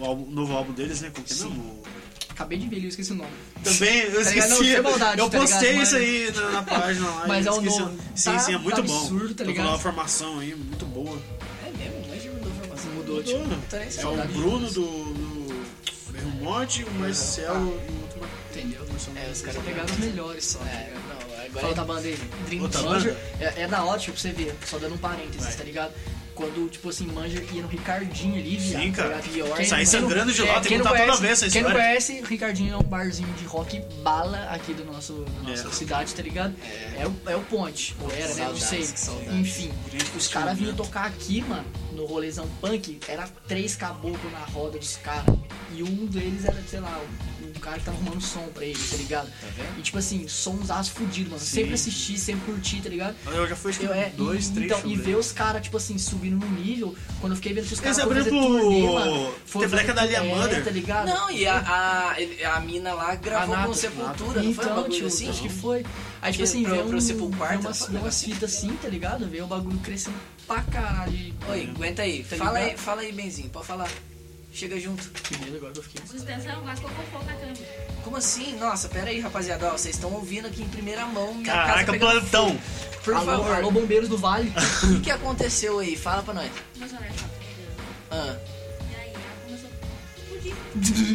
S3: o álbum- o novo álbum deles, né? Como que é
S2: Sim.
S3: mesmo?
S2: Acabei de ver ele, eu esqueci o nome.
S3: Também, eu
S2: ligado? Não,
S3: esqueci.
S2: sem maldade,
S3: eu
S2: tá ligado?
S3: postei
S2: Mas-
S3: isso aí na, na página lá.
S2: Mas
S3: eu
S2: é o
S3: esqueci.
S2: novo.
S3: Sim,
S2: Tá-
S3: sim, é muito
S2: tá
S3: bom.
S2: absurdo, tá
S3: Tô com
S2: ligado?
S3: uma formação aí, muito boa.
S1: É mesmo, Manja mudou pra você.
S2: Mudou,
S3: Mudou,
S2: tipo.
S3: né?
S1: Tá nem
S3: É o
S1: saudade.
S3: Bruno do, do Bermonte, o
S2: Uhum.
S3: Marcelo e é o outro mais.
S2: Entendeu?
S1: É, os caras
S2: Cara, pegaram os melhores só.
S1: É,
S2: É.
S1: não, agora.
S2: Fala da banda aí. Dream
S3: Outra
S2: Manger
S3: banda?
S2: é, é da ótima pra você ver, só dando um parênteses,
S3: Vai.
S2: tá ligado? Quando, tipo assim, Manger ia no Ricardinho ali, viado.
S3: Sim,
S2: tá
S3: cara.
S2: ligado? E, ó,
S3: Sai
S2: quem não-
S3: sangrando de lá, tem que
S2: quem não
S3: contar toda
S2: conhece-
S3: vez essa
S2: Quem não
S3: história.
S2: conhece, Ricardinho é um barzinho de rock bala aqui do nosso, da nossa
S3: É.
S2: cidade, tá ligado? É, o, é o Ponte, ou era, né? Eu Não
S1: Saudades,
S2: sei.
S1: que saudades.
S2: Enfim,
S3: Grande
S2: os caras vinham
S3: momento.
S2: tocar aqui, mano, no rolezão punk, era três caboclos na roda dos caras. E um deles era, sei lá, um cara que tava arrumando som pra ele, tá ligado?
S1: Tá vendo?
S2: E tipo assim, sonsaço fudido, mano. Sempre assisti, sempre curti, tá ligado?
S3: Eu já fui acho que
S2: Eu, é,
S3: dois,
S2: e,
S3: três
S2: então,
S3: shows
S2: e
S3: dele.
S2: ver os caras, tipo assim, subindo no nível, quando eu fiquei vendo que os caras
S3: Eles
S2: foram
S3: abriram
S2: fazer
S3: pro-
S2: turnê, mano.
S3: The
S2: foram
S3: Black
S2: fazer-
S3: Dahlia
S2: é,
S3: Murder.
S2: tá ligado?
S1: Não, e a, a, ele- a mina lá gravou
S2: Nata,
S1: com Sepultura, não foi um
S2: então,
S1: bagulho
S2: tio,
S1: assim?
S2: acho que foi. Aí, tipo
S1: Que
S2: assim,
S1: pro-
S2: veio
S1: pro
S2: um,
S1: Sepultura,
S2: veio
S1: tá
S2: umas,
S1: falando
S2: umas
S1: assim.
S2: fitas assim, tá ligado? Veio o bagulho crescendo pra caralho. E-
S1: Oi, aguenta aí.
S2: Tá
S1: fala
S2: ligado?
S1: aí, fala aí, Benzinho, pode falar. Chega junto.
S2: Que medo agora que eu fiquei. assim.
S5: Vocês pensaram quase que eu vou na câmera.
S1: Como assim? Nossa, pera aí, rapaziada. Ó, vocês estão ouvindo aqui em primeira mão. Minha casa
S3: Caraca,
S1: pegando
S3: plantão!
S1: fogo. Por
S2: alô,
S1: favor,
S2: alô, bombeiros do Vale.
S1: o que, que aconteceu aí? Fala pra nós.
S5: Meu celular tava pegando.
S1: Ah.
S5: E aí ela começou a explodir.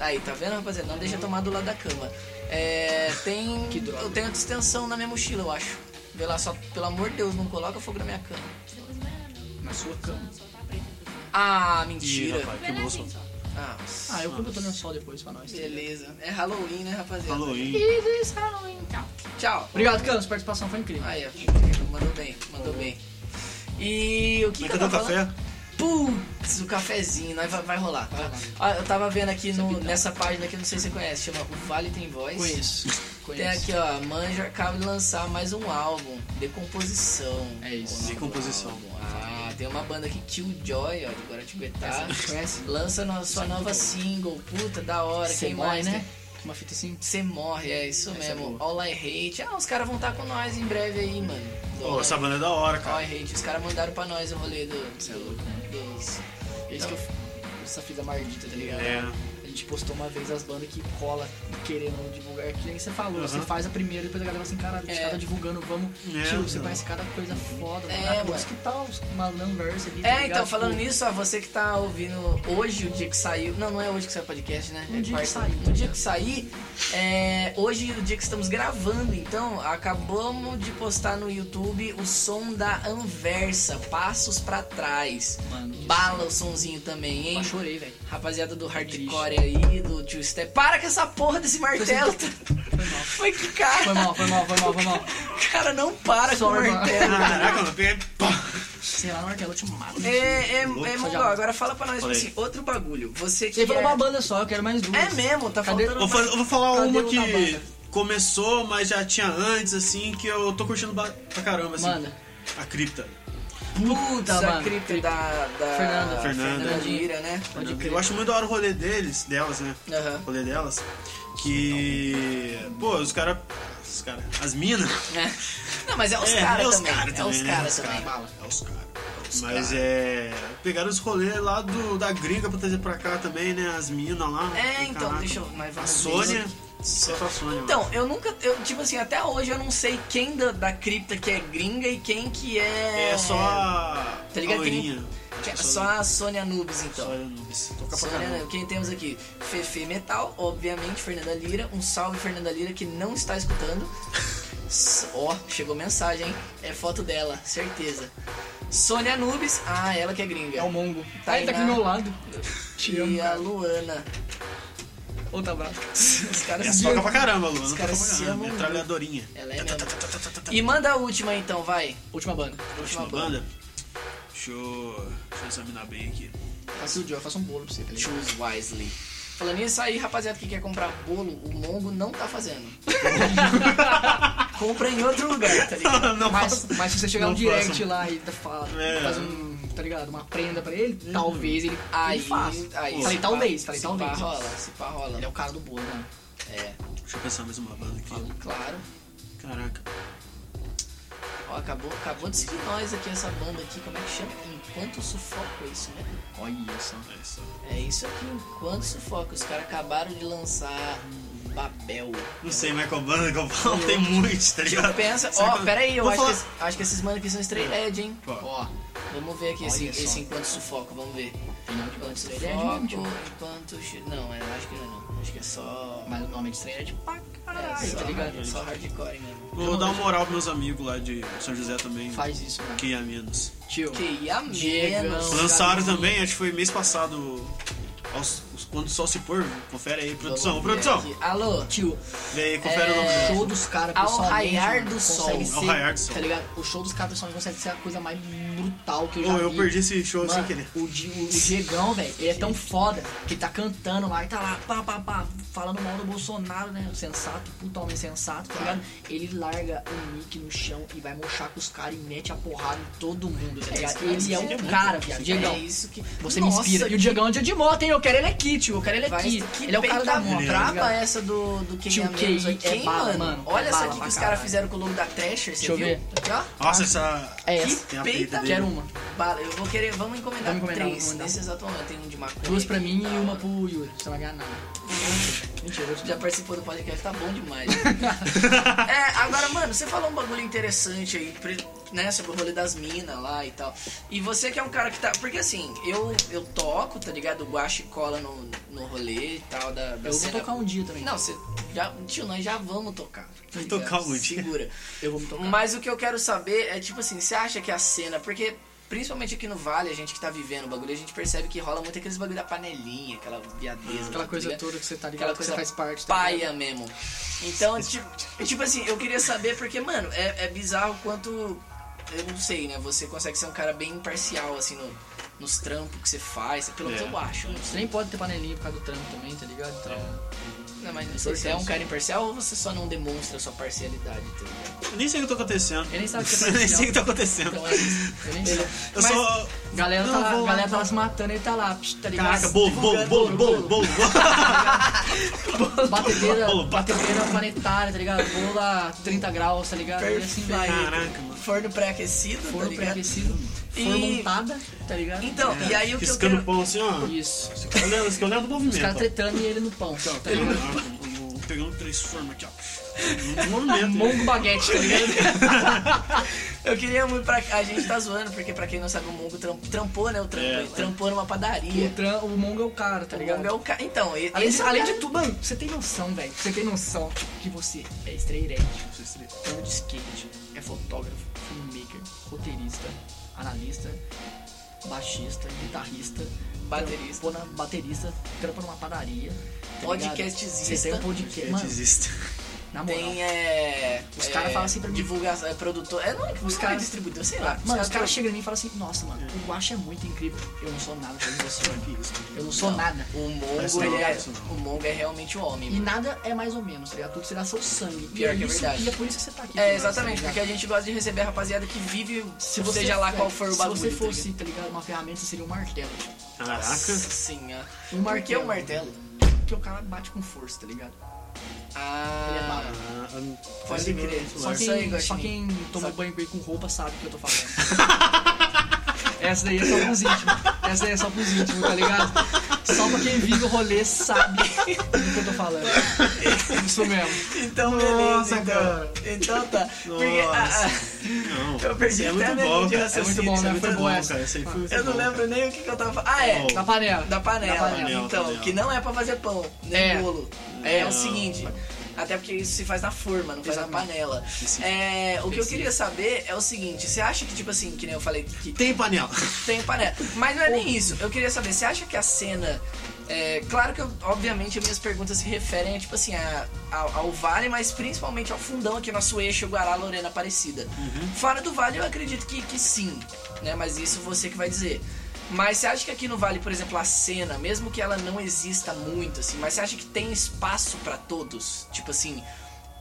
S1: Aí, tá vendo, rapaziada? Não deixa tomar do lado da cama. É. Tem.
S2: Que droga.
S1: Eu tenho distensão na minha mochila, eu acho. Vê lá, só, pelo amor de Deus, não coloca fogo na minha cama.
S5: Depois não era não.
S2: Na sua cama.
S5: Só tá preta.
S1: Ah,
S3: Ih,
S1: mentira.
S3: rapaz, que
S5: Foi
S3: bolsa.
S2: é
S5: assim só.
S1: Ah,
S2: Ah, eu compro o lençol depois pra nós.
S1: beleza. É Halloween, né, rapaziada?
S2: assim.
S3: Halloween.
S5: E isso Halloween, então.
S1: Tchau.
S2: Obrigado, Canos. Participação foi incrível.
S1: Aí, ó. Mandou bem, mandou bem. E o que
S3: Mas
S1: que eu
S3: cadê o
S2: tá
S1: tava falando?
S3: um café?
S1: Putz, o cafezinho, nós vai, vai rolar.
S2: Vai lá.
S1: Ah, eu tava vendo aqui no-
S2: Sabidão.
S1: nessa página que eu não sei se você conhece, chama O Vale Tem Voz.
S2: Conheço.
S1: Tem
S2: Conheço.
S1: aqui, ó, a Manja acaba de lançar mais um álbum, Decomposição.
S2: É isso.
S1: O nome do
S3: Decomposição.
S1: álbum. Ah, tem uma banda aqui, Killjoy, ó, de Guaratinguetá.
S2: Essa conhece?
S1: Lança no- sua
S2: é muito
S1: nova
S2: boa.
S1: single, puta, da hora.
S2: Você
S1: Quem
S2: morre,
S1: mais,
S2: né? Uma fita assim.
S1: Você morre, é isso
S2: Essa é
S1: mesmo.
S2: boa.
S1: All I Hate. Ah, os caras vão estar com nós em breve aí, mano. Do
S3: Pô,
S1: All I-
S3: essa banda é da hora,
S1: All I
S3: cara.
S1: Hate. Os caras mandaram pra nós o rolê do,
S2: Cê é
S1: do-
S2: louco, né?
S1: dos...
S2: É isso que eu. Essa fita mardita, tá ligado?
S3: É.
S2: A gente postou uma vez as bandas que cola querendo divulgar, que nem você falou,
S3: Aham.
S2: você faz a primeira, depois a galera fala assim, cara, os
S1: É.
S2: caras divulgando, vamos,
S3: É,
S2: tio, você
S3: mano.
S2: conhece cada coisa foda,
S1: É,
S2: mano. Ah, pô,
S1: mano.
S2: Mas que tal os malandros ali, tá
S1: É,
S2: ligado?
S1: então, falando
S2: Tipo,
S1: nisso, ó, você que tá ouvindo hoje, o dia que saiu. Não, não é hoje que saiu o podcast, né?
S2: No
S1: é
S2: dia que sair,
S1: No
S2: tá
S1: dia
S2: ligado?
S1: que sair, é, hoje, o dia que estamos gravando, então, acabamos de postar no YouTube o som da Anversa, Passos pra Trás.
S2: Mano,
S1: Bala o sonzinho também,
S2: eu
S1: hein?
S2: chorei, velho.
S1: Rapaziada do hardcore aí, do Two Step. Para com essa porra desse martelo! tá?
S2: Foi mal.
S1: Foi que cara!
S2: Foi mal, foi mal, foi mal, foi mal.
S1: O cara não para com o
S2: Sorry,
S1: martelo.
S3: Caraca, eu peguei. Pá!
S2: Sei lá, na hora que ela te
S1: É,
S2: mata.
S1: é, é, Mongol, agora fala pra nós, tipo
S3: Falei.
S1: assim, outro bagulho. Você que
S2: Você falou
S1: é...
S2: uma banda só, eu quero mais duas.
S1: É mesmo, tá
S2: Cadê?
S1: faltando
S3: Eu vou, eu vou falar
S2: Cadê
S3: uma
S2: o da
S3: que
S2: banda?
S3: começou, mas já tinha antes, assim, que eu tô curtindo ba- pra caramba, assim.
S2: Manda.
S3: A cripta.
S1: Puta,
S2: Puta,
S1: a
S2: mano.
S1: cripta da, da
S2: Fernanda.
S3: Fernanda.
S1: Ira, né?
S2: Pode crer.
S3: Eu acho muito da hora o rolê deles, delas, né?
S1: Aham.
S3: O rolê delas. Que. Pô, os caras. Os caras. As minas.
S1: É. Não, mas é os
S3: É,
S1: caras
S3: é os
S1: também.
S3: cara
S1: é os
S3: também, né?
S1: caras
S3: Os
S1: também.
S3: cara. É os caras.
S1: Os
S3: Mas
S1: cara-
S3: é. Pegaram os rolês lá do, da gringa pra trazer pra cá também, né? As minas lá.
S1: É,
S3: do
S1: então,
S3: Canadá.
S1: deixa eu- mas
S3: A
S1: vamos ver
S3: Sônia.
S1: isso
S3: Só a Sônia.
S1: Então, eu nunca. Eu, tipo assim, até hoje eu não sei quem da, da cripta que é gringa e quem que é.
S3: É só a.
S1: Tá ligado?
S3: a
S1: Tem-
S3: loirinha.
S1: que é só a Sônia Nubes, então.
S3: Sônia Nubes. Toca pra
S1: Sônia
S3: caramba.
S1: Nubes. Quem temos aqui? Fefe Metal, obviamente, Fernanda Lira. Um salve, Fernanda Lira, que não está escutando. S- Ó, chegou mensagem, hein? É foto dela, certeza. Sônia Nubes, ah, ela que é gringa.
S2: É o Mongo.
S1: Tá
S2: Tá
S1: aí
S2: ele tá
S1: na-
S2: aqui do meu lado. Te amo,
S1: E a
S2: cara.
S1: Luana.
S2: Ô, tá bravo.
S1: Os caras
S3: É
S1: se-
S3: toca pra caramba, Luana.
S1: Os
S3: Toca pra
S1: caras se
S3: caramba.
S1: amam
S3: Metralhadorinha.
S1: Ela é
S3: Tá, tá,
S1: mesmo.
S3: tá, tá, tá, tá, tá.
S1: E manda a última então, vai.
S2: Última banda.
S3: Última banda. Deixa eu. Deixa eu examinar bem aqui.
S2: Faça o Joe, faça um bolo pra você. Tá ligado?
S1: Choose wisely. Falando nisso aí, rapaziada que quer comprar bolo, o Mongo não tá fazendo. Compra em outro lugar, tá ligado?
S3: Não
S2: mas,
S3: faço-
S2: mas se você chegar
S3: não
S2: no direct
S3: faço.
S2: lá e tá- fala,
S3: É. Uhum.
S2: faz um, tá ligado? Uma prenda pra ele, talvez ele,
S1: Aí,
S2: ele faça.
S1: aí.
S2: falei
S1: se
S2: talvez,
S1: pá-
S2: falei
S1: se pá
S2: talvez.
S1: rola, se pá rola.
S2: Ele é o cara do bolo, mano.
S3: Uhum.
S1: É,
S3: Deixa eu pensar mais uma banda aqui.
S1: claro.
S3: Caraca.
S1: Ó, acabou, acabou de seguir nós aqui, essa banda aqui, como é que chama? Enquanto sufoco, é isso mesmo?
S2: Olha só.
S3: É isso.
S1: É isso aqui, enquanto sufoco. Os caras acabaram de lançar Babel.
S3: Não sei, Michael Banda, que eu falo, tem muitos, tá ligado?
S1: Pensa,
S3: Será
S1: ó,
S3: que eu-
S1: pera aí, eu
S3: Vou
S1: acho que,
S3: falar-
S1: esse- acho que esses mano aqui são straight edge, hein?
S3: Ó.
S2: Ó,
S1: Vamos ver aqui esse,
S2: Olha só.
S1: esse enquanto sufoco, vamos ver.
S2: final de banda
S1: Enquanto
S2: de straight edge mesmo,
S1: sufoco,
S2: tipo.
S1: enquanto... chi- Não, é, acho que não, não. Acho que é só...
S2: Mas o nome de straight edge pra
S1: é,
S2: caralho,
S1: só,
S2: tá ligado?
S1: hard- só hardcore mesmo.
S3: Vou dar uma moral pros meus amigos lá de São José também.
S2: Faz isso, mano.
S3: Quem é menos.
S2: Tio.
S1: Que a
S2: Diegão.
S1: menos.
S3: Lançaram
S2: Gabi.
S3: também, acho que foi mês passado. aos- os- quando o sol se pôr, confere aí, produção. Ô,
S1: Vamos ver
S3: produção,
S1: aqui. Alô,
S2: Tio,
S3: vê aí, confere o nome
S1: É.
S2: show
S3: dela.
S2: dos caras
S1: Ao
S2: pessoalmente.
S1: raiar
S2: mano,
S1: do sol.
S2: consegue
S3: Ao
S2: ser-
S3: raiar do sol.
S2: Tá ligado? O show dos caras pessoalmente consegue ser a coisa mais brutal que eu já
S3: Ô, eu
S2: vi.
S3: perdi esse show
S2: Mano,
S3: sem querer.
S2: O, Di- o, o Diegão, velho, ele é tão foda que ele tá cantando lá e tá lá, pá, pá, pá, falando mal do Bolsonaro, né? Sensato, puta homem sensato, tá ligado? Ele larga o mic no chão e vai mochar com os caras e mete a porrada em todo mundo, tá
S1: É,
S2: ligado?
S1: esse cara
S2: ele é
S1: é
S2: um
S1: muito
S2: cara, viado. Diegão.
S1: É isso que...
S2: Você
S1: Nossa,
S2: me inspira. E o Diegão é dia de moto, hein? Eu quero ele aqui, tio. Eu quero ele
S1: Vai,
S2: aqui.
S1: que
S2: Ele é o cara da moto. tá
S1: braba
S2: ligado?
S1: né, essa do, do quem é
S2: Tio,
S1: menos
S2: QI
S1: aqui,
S2: é
S1: hein,
S2: bala,
S1: mano.
S2: mano.
S1: Olha
S2: É
S1: essa
S2: bala
S1: aqui que
S2: pra
S1: os caras
S2: caralho.
S1: fizeram com o logo da Thrasher, você
S2: Deixa eu
S1: viu?
S2: ver.
S1: Aqui, ó.
S3: Nossa, essa.
S2: É
S1: Que
S2: essa.
S3: Tem a
S1: peita
S3: peita
S2: Quero uma.
S1: Bala, eu vou querer, vamos encomendar,
S2: Vamos encomendar,
S1: três
S2: vamos encomendar.
S1: nesse exato momento. Tem um de maconha.
S2: Duas pra
S1: aqui,
S2: mim
S1: tá?
S2: e uma pro Yuri. Você não vai ganhar nada. Mentira, eu
S1: Já
S2: já
S1: participou do podcast, tá bom demais. é, agora, mano, você falou um bagulho interessante aí, pre- né, sobre o rolê das minas lá e tal. E você que é um cara que tá. Porque assim, eu, eu toco, tá ligado? Guache cola no, no rolê e tal. Da, da
S2: Eu vou
S1: cena-
S2: tocar um dia também.
S1: Não, você. Já, tio, nós já vamos tocar. tá
S3: Vai
S1: ligado?
S3: tocar um dia?
S1: Segura.
S2: Eu vou me tocar.
S1: Mas o que eu quero saber é, tipo assim, você acha que a cena, porque principalmente aqui no Vale, a gente que tá vivendo o bagulho, a gente percebe que rola muito aqueles bagulho da panelinha, aquela viadeza.
S2: Aquela
S1: tá
S2: coisa
S1: ligado?
S2: toda que você tá ligado,
S1: Aquela
S2: que
S1: coisa
S2: você faz parte. tá ligado?
S1: paia mesmo. Então, tipo, tipo assim, eu queria saber, porque, mano, é, é bizarro quanto. Eu não sei, né? Você consegue ser um cara bem imparcial, assim, no- nos trampos que você faz. Pelo menos
S3: É.
S1: eu acho. né? Não
S2: Você
S1: sei.
S2: nem pode ter panelinha por causa do trampo também, tá ligado? Então,
S3: É.
S1: Não, mas não sei se você é um cara imparcial ou você só não demonstra a sua parcialidade, tá ligado?
S3: Eu nem sei o que tá acontecendo.
S2: um. Eu nem sabe o que é
S3: Eu nem
S2: parcial.
S3: sei o que tá acontecendo.
S2: então é isso. Eu nem sei.
S3: Eu
S2: Mas
S3: só.
S2: Galera, tá
S3: Não,
S2: lá,
S3: vou lá,
S2: galera tá
S3: vou
S2: lá se matando, ele tá lá, psh, tá ligado?
S3: né? Caraca, bolo, bolo, bolo, bolo, bolo, bolo.
S2: Batedeira,
S3: Bolo, bate-
S2: batedeira planetária, tá ligado? Bolo a 30 graus, tá ligado? E assim vai.
S3: Caraca, mano.
S1: Forno pré-aquecido, tá
S2: Forno
S1: ligado?
S2: pré-aquecido, forno
S1: E-
S2: montada, tá ligado?
S1: Então,
S3: É,
S1: e aí o que eu
S3: Riscando
S1: quero...
S3: pão assim, ó.
S2: Isso. Os
S3: Eu lembro, isso que eu lembro do movimento.
S2: caras
S3: ó.
S2: tretando e ele no pão, então, tá
S3: Eu
S2: ligado?
S3: lembro, Ah, Pegando três formas aqui, ó. Um movimento.
S2: Mongo baguete, tá ligado?
S1: Eu queria muito pra... A gente tá zoando, porque pra quem não sabe, o Mongo tram- trampou, né? O trampo,
S3: É,
S1: ele trampou numa
S2: O,
S1: padaria.
S2: tran- o Mongo é o cara, tá
S1: O
S2: ligado?
S1: Mongo é o cara... Então, e-
S2: Além,
S1: esse
S2: de,
S1: é o
S2: além
S1: cara-
S2: de tudo, mano, você tem noção, velho. Você tem noção que você é estreirete, anda de skate, é fotógrafo, filmmaker, roteirista, analista, baixista, guitarrista,
S1: Baterista.
S2: trampa na- baterista, trampa numa padaria. tá
S1: Podcastzista.
S2: ligado? Você tem um podcast.
S3: Gente,
S2: Mano,
S3: existe.
S2: na moral.
S1: Tem, é...
S2: Os
S1: é,
S2: cara fala assim pra mim.
S1: Divulgação, é produtor... É, não é que os caras...
S2: cara-
S1: distribuidor, sei lá.
S2: Mano, os caras
S1: tram-
S2: chegam em mim e falam assim, nossa, mano, o Guacha é muito incrível. Eu não sou nada pra você, mano. Eu não sou nada.
S1: O
S3: Parece
S1: Mongo,
S3: que
S1: ele
S3: não,
S1: é...
S3: isso não.
S1: O Mongo é realmente um homem,
S2: E
S1: mano.
S2: nada é mais ou menos, tá ligado? Tudo será seu sangue. E
S1: Pior que é
S2: isso-
S1: verdade.
S2: E é por isso que você tá aqui.
S1: É,
S2: tá ligado?
S1: exatamente,
S2: Tá ligado?
S1: porque a gente gosta de receber a rapaziada que vive,
S2: Se você,
S1: seja lá qual for o bagulho.
S2: Se você
S1: tá
S2: fosse, tá ligado, uma ferramenta, seria um martelo.
S1: ligado? Nossa
S3: Caraca.
S1: senhora.
S2: Um
S1: Por que
S2: martelo.
S1: o martelo?
S2: Porque o cara bate com força, tá ligado? Ele é
S1: Ah,
S2: bala.
S3: Ah, eu não-
S1: Pode crer.
S3: Sei
S2: Só
S3: lá.
S1: Isso aí,
S2: quem, só
S1: Guaxinim.
S2: quem tomou
S1: Só-
S2: banho com ele com roupa sabe o que eu tô falando. é Essa daí é só pros íntimos. Essa daí é só pros íntimos, tá ligado? Só pra quem vive o rolê sabe do que eu tô falando. Isso mesmo.
S1: Então, beleza.
S3: Nossa,
S1: então.
S3: cara.
S1: Então tá. Porque,
S3: Nossa.
S1: ah, ah,
S3: Não.
S1: Eu perdi
S3: Isso é
S1: até
S3: muito
S1: a minha
S3: bom,
S1: linha de
S3: cara.
S1: raciocínio,
S2: É muito bom,
S3: Isso
S2: né? Foi
S3: é muito
S2: boa
S3: bom,
S2: essa.
S3: cara. Isso aí foi muito
S1: eu não
S3: bom,
S1: lembro
S3: cara.
S1: nem o que, que eu tava falando. Ah, é.
S3: Oh.
S2: Da panela.
S1: Da panela.
S2: Da panela,
S1: Então,
S3: panela.
S1: que não é pra fazer pão, nem
S2: É.
S1: bolo. É, o
S3: Não.
S1: seguinte. Até porque isso se faz na forma, não faz na
S2: Exatamente.
S1: panela.
S3: Sim.
S1: É, o que eu queria saber é o seguinte: você acha que, tipo assim, que nem eu falei, que
S3: Tem panela.
S1: tem panela. Mas não é nem isso. Eu queria saber, você acha que a cena. é, claro que, eu- obviamente, as minhas perguntas se referem a, tipo assim, a- ao, ao Vale, mas principalmente ao fundão aqui, nosso eixo Guará Lorena Aparecida. Fora do Vale, eu acredito que, que sim, né? Mas isso você que vai dizer. Mas você acha que aqui no Vale, por exemplo, a cena, mesmo que ela não exista muito, assim, mas você acha que tem espaço pra todos? Tipo assim,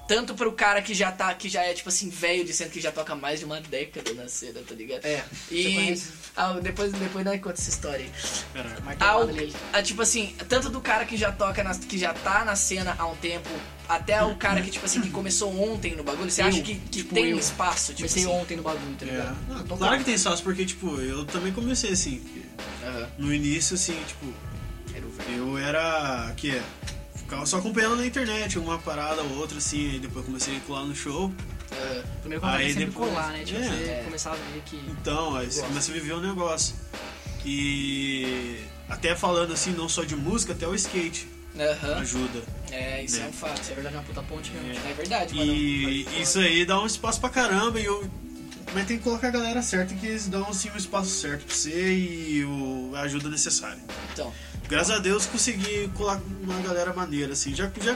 S1: tanto pro cara que já tá, que já é, tipo assim, velho de cena, que já toca mais de uma década na cena, tá ligado?
S2: É, você
S1: E
S2: conhece?
S1: ah, depois, depois nós conta essa história aí.
S3: Pera, é
S1: Ao-
S2: Martelada nele.
S1: ah, tipo assim, tanto do cara que já toca, na- que já tá na cena há um tempo, até o cara que, tipo assim, que começou ontem no bagulho, você
S2: Eu,
S1: acha que, que
S2: tipo,
S1: tem
S2: eu.
S1: espaço? Tipo
S2: Comecei
S1: assim, Ah,
S2: ontem no bagulho, tá
S3: É.
S2: ligado?
S3: Não,
S2: Tô
S3: claro
S2: claro.
S3: que tem espaço, porque, tipo, eu também comecei assim. porque
S1: Aham.
S3: No início, assim, tipo,
S1: Quero ver.
S3: eu era. que é? Ficava só acompanhando na internet, uma parada ou outra, assim, aí depois comecei a ir colar no show.
S1: Aham.
S2: Primeiro contato é
S3: Aí
S2: sempre
S3: depois-
S2: colar, né? Tipo,
S3: É.
S2: você começar a ver que...
S3: Então, aí você
S2: Gosto.
S3: começa a viver o negócio. E até falando assim, não só de música, até o skate
S1: Aham.
S3: ajuda.
S1: É, isso é.
S3: Né?
S1: um fato.
S2: Se é verdade, é uma puta ponte mesmo.
S1: É verdade, mano.
S3: E
S1: Vai
S3: isso aí dá um espaço pra caramba e eu. Mas tem que colocar a galera certa que eles dão assim, o espaço certo pra você e o, a ajuda necessária.
S1: fora. Então,
S3: Graças a Deus consegui colar com uma galera maneira, assim. Já, já,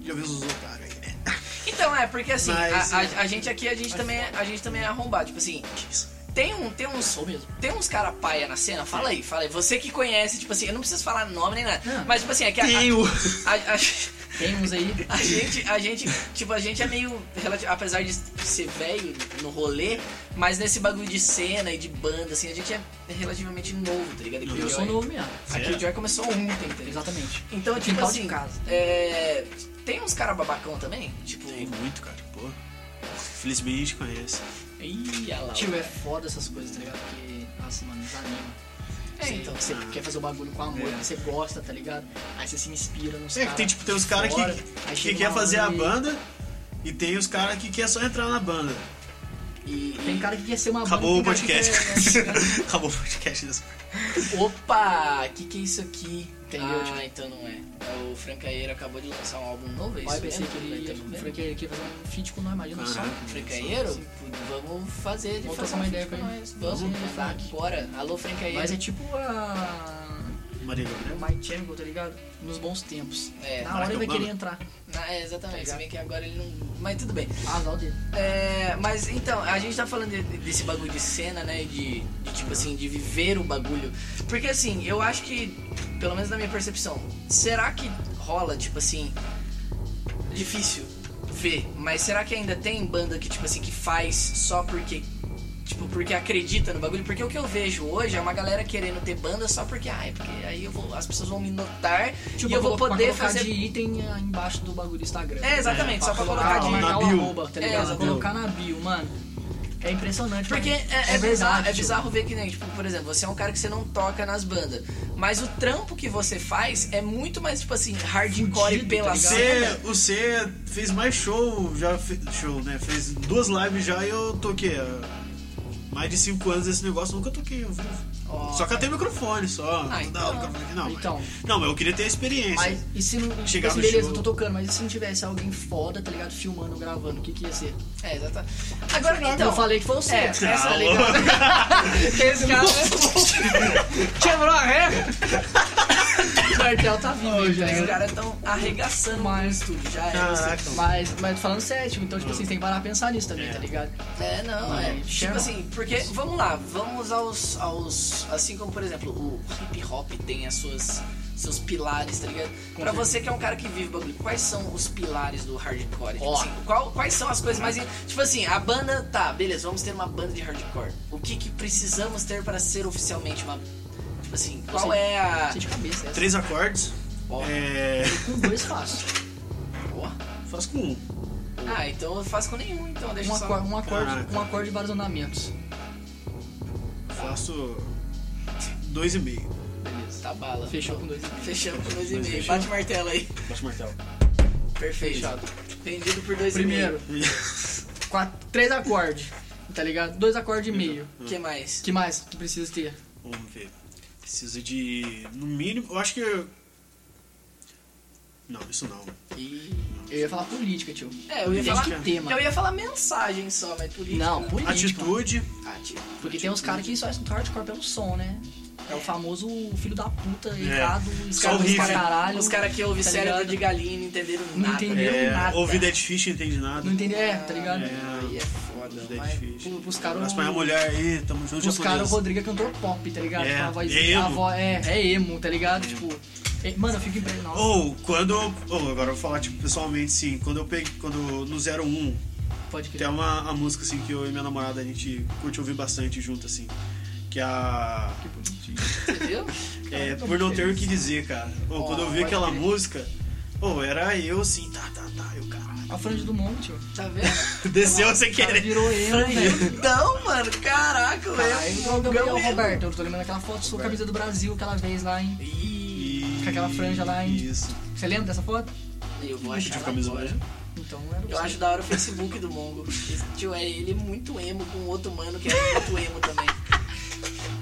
S3: já vi os otários aí, né?
S1: então é, porque assim,
S3: Mas,
S1: a, a- a gente aqui, a gente, também, é- a gente também é arrombado. Tipo assim, tem, um, tem uns
S2: Sou mesmo.
S1: Tem uns cara paia na cena? Fala aí, fala aí. Você que conhece, tipo assim, eu não preciso falar nome nem nada.
S2: Não.
S1: Mas, tipo assim, é que a,
S3: Tenho!
S1: a, a- a-
S2: Tem uns aí...
S1: a gente, a gente, tipo, a gente é meio, relati- apesar de ser velho no rolê, mas nesse bagulho de cena e de banda, assim, a gente é relativamente novo, tá ligado? Aqui o
S2: Eu sou
S1: Joy-
S2: novo É. mesmo.
S1: Aqui o Joy começou ontem, tá ligado?
S2: Exatamente.
S1: Então, tipo
S2: Quintal de
S1: assim,
S2: casa.
S1: é, tem uns cara babacão também? Tipo,
S3: Tem muito, cara, pô. Felizmente a gente conhece.
S1: ih, olha lá.
S2: Tio, é foda essas coisas, tá ligado? Porque, nossa, mano, desanima.
S1: É,
S2: Você-
S1: então.
S2: Você quer fazer o bagulho com amor,
S3: É.
S2: que você gosta, tá ligado? Aí você se inspira nos
S3: É que tem tipo, tem os caras
S2: fora,
S3: que,
S2: aí
S3: que
S2: chega
S3: quer
S2: uma
S3: fazer a
S2: hora e-
S3: banda e tem os caras que quer só entrar na banda.
S1: E, e-
S2: Tem cara que quer ser uma
S3: Acabou o
S2: banda, tem cara
S3: podcast.
S2: que
S3: Acabou o podcast dessa parte.
S1: Opa, que que é isso aqui?
S2: Entendeu?
S1: Ah,
S2: Tipo-
S1: então não é. O Francaeiro acabou de lançar um álbum novo, é
S2: quer-
S1: isso
S2: né? Vai pensar
S1: mesmo?
S2: que
S1: Vai ter
S2: ele
S1: um
S2: um franqueiro que ia fazer um feat com nós, imagina só.
S3: Caraca.
S1: Francaeiro?
S2: Sim.
S1: Vamos fazer ele
S2: Vamos
S1: fazer
S2: trocar uma
S1: um
S2: ideia
S1: feat
S2: com ele.
S1: nós.
S2: Vamos,
S1: Vamos, mandar
S2: vamos.
S1: agora. Alô, Francaeiro.
S2: Mas é tipo a.
S3: Maria
S2: o
S3: Gabriela.
S2: My Chemical, tá ligado? Nos bons tempos.
S1: É,
S2: Na hora ele vai
S3: Barack Obama.
S2: querer entrar.
S1: na- é, exatamente.
S2: Tá
S1: Se bem que agora ele não... Mas tudo bem.
S2: Azal dele.
S1: É, mas então, a gente tá falando de- desse bagulho de cena, né? De, de, tipo assim, de viver o bagulho. Porque assim, eu acho que, pelo menos na minha percepção, será que rola, tipo assim. Difícil ver, mas será que ainda tem banda que, tipo assim, que faz só porque. Tipo, porque acredita no bagulho? Porque o que eu vejo hoje é uma galera querendo ter banda só porque, ai, porque aí eu vou, as pessoas vão me notar e eu vou
S2: pra
S1: poder
S2: Tipo, colocar
S1: fazer.
S2: de item ah, embaixo do bagulho do Instagram.
S1: É, exatamente, só pra colocar
S2: Ah,
S1: de.
S2: marcar
S3: Na
S2: o
S3: bio.
S2: arroba, tá
S1: É,
S2: ligado?
S1: exatamente.
S2: colocar na bio, mano. É impressionante.
S1: Porque
S2: mano.
S1: é, é bizarro, é
S2: tio.
S1: bizarro ver que nem, tipo, por exemplo, você é um cara que você não toca nas bandas. Mas o trampo que você faz é muito mais, tipo assim, hardcore
S2: Fudido, tá
S1: pela
S2: ligado?
S1: cena.
S3: Você, você fez mais show, já fez show, né? Fez duas lives já e eu toquei. há Mais de cinco anos esse negócio, nunca toquei. Eu-
S2: Ó,
S3: só que eu tenho microfone, só.
S1: Ah,
S3: Toda
S1: então.
S3: hora o microfone aqui, não,
S2: Então.
S3: mas, não, mas eu queria ter a experiência.
S2: Mas e se não. tipo
S3: Chegar
S2: assim,
S3: no
S2: beleza,
S3: show.
S2: eu tô tocando, mas e se não tivesse alguém foda, tá ligado? Filmando, gravando, o que que ia ser?
S1: É, exatamente. Agora, então.
S2: eu falei que foi o seu.
S1: É, essa
S3: Tá
S1: legal.
S3: louco.
S1: Esse cara. é Quebrou a regra.
S2: O martel tá vivo, tá
S1: Os
S2: ligado?
S1: caras estão arregaçando mais tudo. Já era.
S3: Caraca, mano.
S2: Mas, mas falando sério, tipo, então, tipo assim, tem que parar a pensar nisso também,
S3: É.
S2: tá ligado?
S1: É, não,
S2: Mas,
S1: é. Tipo
S2: chama.
S1: assim, porque, vamos lá, vamos aos, aos. Assim como, por exemplo, o hip hop tem as suas. Seus pilares, tá ligado? Pra você que é um cara que vive o bagulho, quais são os pilares do hardcore? Tipo
S2: Ó.
S1: assim, qual- quais são as coisas mais. Tipo assim, a banda, tá, beleza, vamos ter uma banda de hardcore. O que que precisamos ter para ser oficialmente uma. Tipo assim, qual
S2: sei.
S1: é a.
S2: Sei de cabeça, essa.
S3: Três acordes.
S1: Ó.
S3: É,
S2: Com dois fácil.
S1: Ó.
S3: faço com um.
S1: Ah, então eu faço com nenhum, então deixa
S2: Um,
S1: só.
S2: acor- um acorde,
S3: Caraca.
S2: um acorde e vários andamentos.
S3: Faço faço dois e meio.
S2: Beleza. Tá bala. Fechou com dois.
S1: Fechamos com dois e
S3: Dois
S1: meio.
S3: fechou.
S1: Bate o martelo aí.
S3: Baixo martelo.
S1: Perfeito.
S2: Fechado.
S1: Vendido por dois
S2: Primeiro,
S1: e
S2: quatro, três acordes, tá ligado? Dois acordes e meio.
S1: meio. O que mais?
S2: que mais que precisa ter?
S3: Vamos ver. Preciso de. No mínimo. Eu acho que. Não, isso não.
S2: E eu ia falar política, tio.
S1: É, eu ia
S2: Desde
S1: falar
S2: que tema.
S1: Eu ia falar mensagem só, mas política.
S2: Não, política.
S3: Atitude.
S1: Atitude.
S2: Porque tem uns caras que só é um escutam hardcore pelo som, né? É o famoso filho da puta,
S3: É.
S2: errado,
S3: Só
S2: escravo
S3: o riff.
S2: pra caralho.
S1: Os caras que ouvem
S2: tá
S1: cérebro
S2: ligado?
S1: de galinha não entenderam
S2: Não
S1: nada.
S2: entenderam.
S3: É,
S2: nada.
S3: ouvir Dead Fish, não entende nada.
S2: Não entende, é, tá ligado?
S3: É.
S1: Aí é foda,
S3: Dead
S1: mas...
S3: Fish.
S2: pu- buscaram-
S3: Mas pra minha mulher aí, tamo junto
S2: Os caras, o
S3: japonês.
S2: Rodrigo é cantor pop, tá ligado?
S3: É.
S2: Com a voz,
S3: É
S2: a
S3: emo.
S2: voz- é, é emo, tá ligado? Tipo, é- mano, eu fico impressionado.
S3: Ou quando. Ou agora eu vou falar, tipo, pessoalmente, sim. Quando eu peguei. Quando no 01,
S2: Pode
S3: tem
S2: crer.
S3: uma, uma música assim que eu e minha namorada a gente curte ouvir bastante junto, assim. Que é a.
S2: Que bonitinho. Entendeu?
S3: É, por não ter o que dizer, cara. Ô, quando eu vi
S2: pode
S3: aquela
S2: crer.
S3: música, ô, era eu assim, tá, tá, tá, eu, caralho.
S2: A franja do monte, tio.
S1: Tá vendo?
S3: Desceu sem
S2: Cara,
S3: querer.
S2: virou né? emo, velho.
S1: então, mano, caraca,
S2: Aí
S1: velho.
S2: então é o Gabriel
S1: Gabriel
S2: Roberto, eu tô lembrando aquela foto sua camisa do Brasil aquela vez lá, hein?
S3: E-
S2: Com aquela franja lá, hein?
S3: Isso.
S2: Você lembra dessa foto?
S1: Eu vou
S3: Eu
S1: achar
S3: tive
S1: ela
S3: camisa
S1: agora.
S3: hoje.
S2: Então era
S1: Eu acho da hora o Facebook do Mongo. Esse tio é ele muito emo com outro mano que é muito emo também.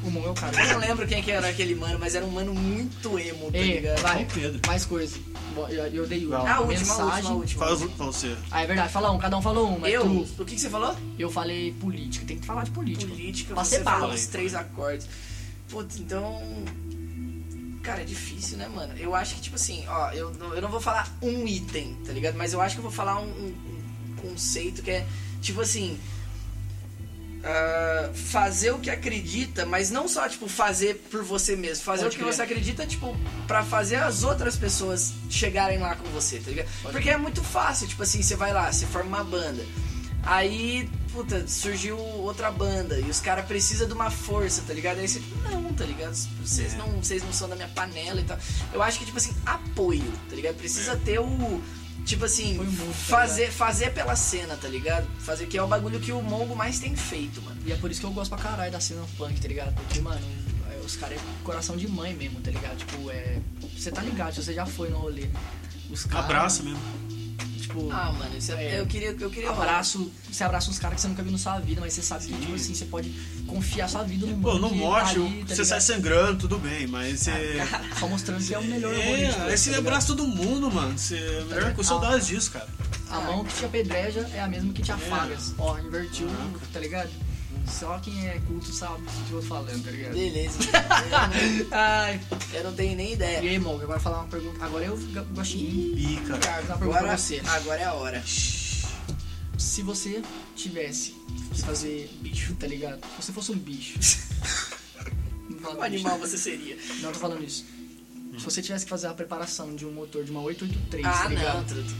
S2: O Mon é o cara.
S1: Eu não lembro quem que era aquele mano, mas era um mano muito emo, tá
S2: Ei,
S1: ligado?
S2: vai.
S3: Só o Pedro.
S2: Mais coisa. Bo- Eu, eu dei uma.
S3: Vai
S1: Ah, a última, a última,
S2: mensagem.
S1: a última.
S3: Fala fala você.
S2: Ah, é verdade. Fala um, cada um falou um. mas
S1: Eu?
S2: tu-
S1: O que, que você falou?
S2: eu falei política. Tem que falar de política.
S1: Política,
S2: Pra
S1: você
S2: ser bala.
S1: fala os três acordes. Putz, então. Cara, é difícil, né, mano? Eu acho que, tipo assim, ó, eu, não- eu não vou falar um item, tá ligado? Mas eu acho que eu vou falar um, um- um conceito que é, tipo assim. ah, fazer o que acredita, mas não só, tipo, fazer por você mesmo. Fazer
S2: Pode
S1: o que
S2: crer.
S1: você acredita, tipo, pra fazer as outras pessoas chegarem lá com você, tá ligado? Porque é muito fácil, tipo assim, você vai lá, você forma uma banda. Aí, puta, surgiu outra banda e os caras precisam de uma força, tá ligado? Aí você, não, tá ligado? Vocês
S2: Uhum.
S1: não, vocês não são da minha panela e tal. Eu acho que, tipo assim, apoio, tá ligado? Precisa
S2: É.
S1: ter o. Tipo assim,
S2: Apoio mútuo, tá
S1: fazer, fazer pela cena, tá ligado? Fazer que é o bagulho que o Mongo mais tem feito, mano.
S2: E é por isso que eu gosto pra caralho da cena punk, tá ligado? Porque, mano, é, os caras é coração de mãe mesmo, tá ligado? Tipo, é. Você tá ligado, você já foi no rolê. Os caras.
S3: Abraço mesmo.
S2: Tipo.
S1: Ah, mano, isso é,
S2: É.
S1: eu queria. Eu queria
S2: Abraço, você abraça uns caras que você nunca viu na sua vida, mas você sabe que,
S3: Sim.
S2: tipo assim, você pode confiar sua vida no mundo.
S3: Pô, não
S2: que tá
S3: morte,
S2: ali, tá
S3: você sai
S2: ligado?
S3: sangrando, tudo bem, mas você.
S2: Só mostrando que é o melhor rolê de todos,
S3: É, aí
S2: tá
S3: você
S2: ligado?
S3: abraça todo mundo, mano.
S2: Tá
S3: Você é melhor
S2: Ah.
S3: com saudades disso, cara.
S2: A mão que te apedreja é a mesma que te afaga. Ó, invertiu, tá ligado? Só quem é culto sabe o que eu tô falando, tá ligado? Tá.
S1: Beleza.
S2: Ai,
S1: eu não tenho nem ideia.
S2: e aí, Mog, agora falar uma pergunta. Agora eu gostei.
S3: Ih, cara.
S2: Uma pergunta pra
S1: Agora,
S2: você.
S1: agora é a hora.
S2: Se você tivesse que fazer bicho, tá ligado? Se você fosse um bicho. Não fala
S1: Qual
S2: bicho.
S1: Um animal você seria?
S2: Não tô falando isso. Se você tivesse que fazer a preparação de um motor de uma 883,
S1: Ah,
S2: tá ligado?
S1: não, truto.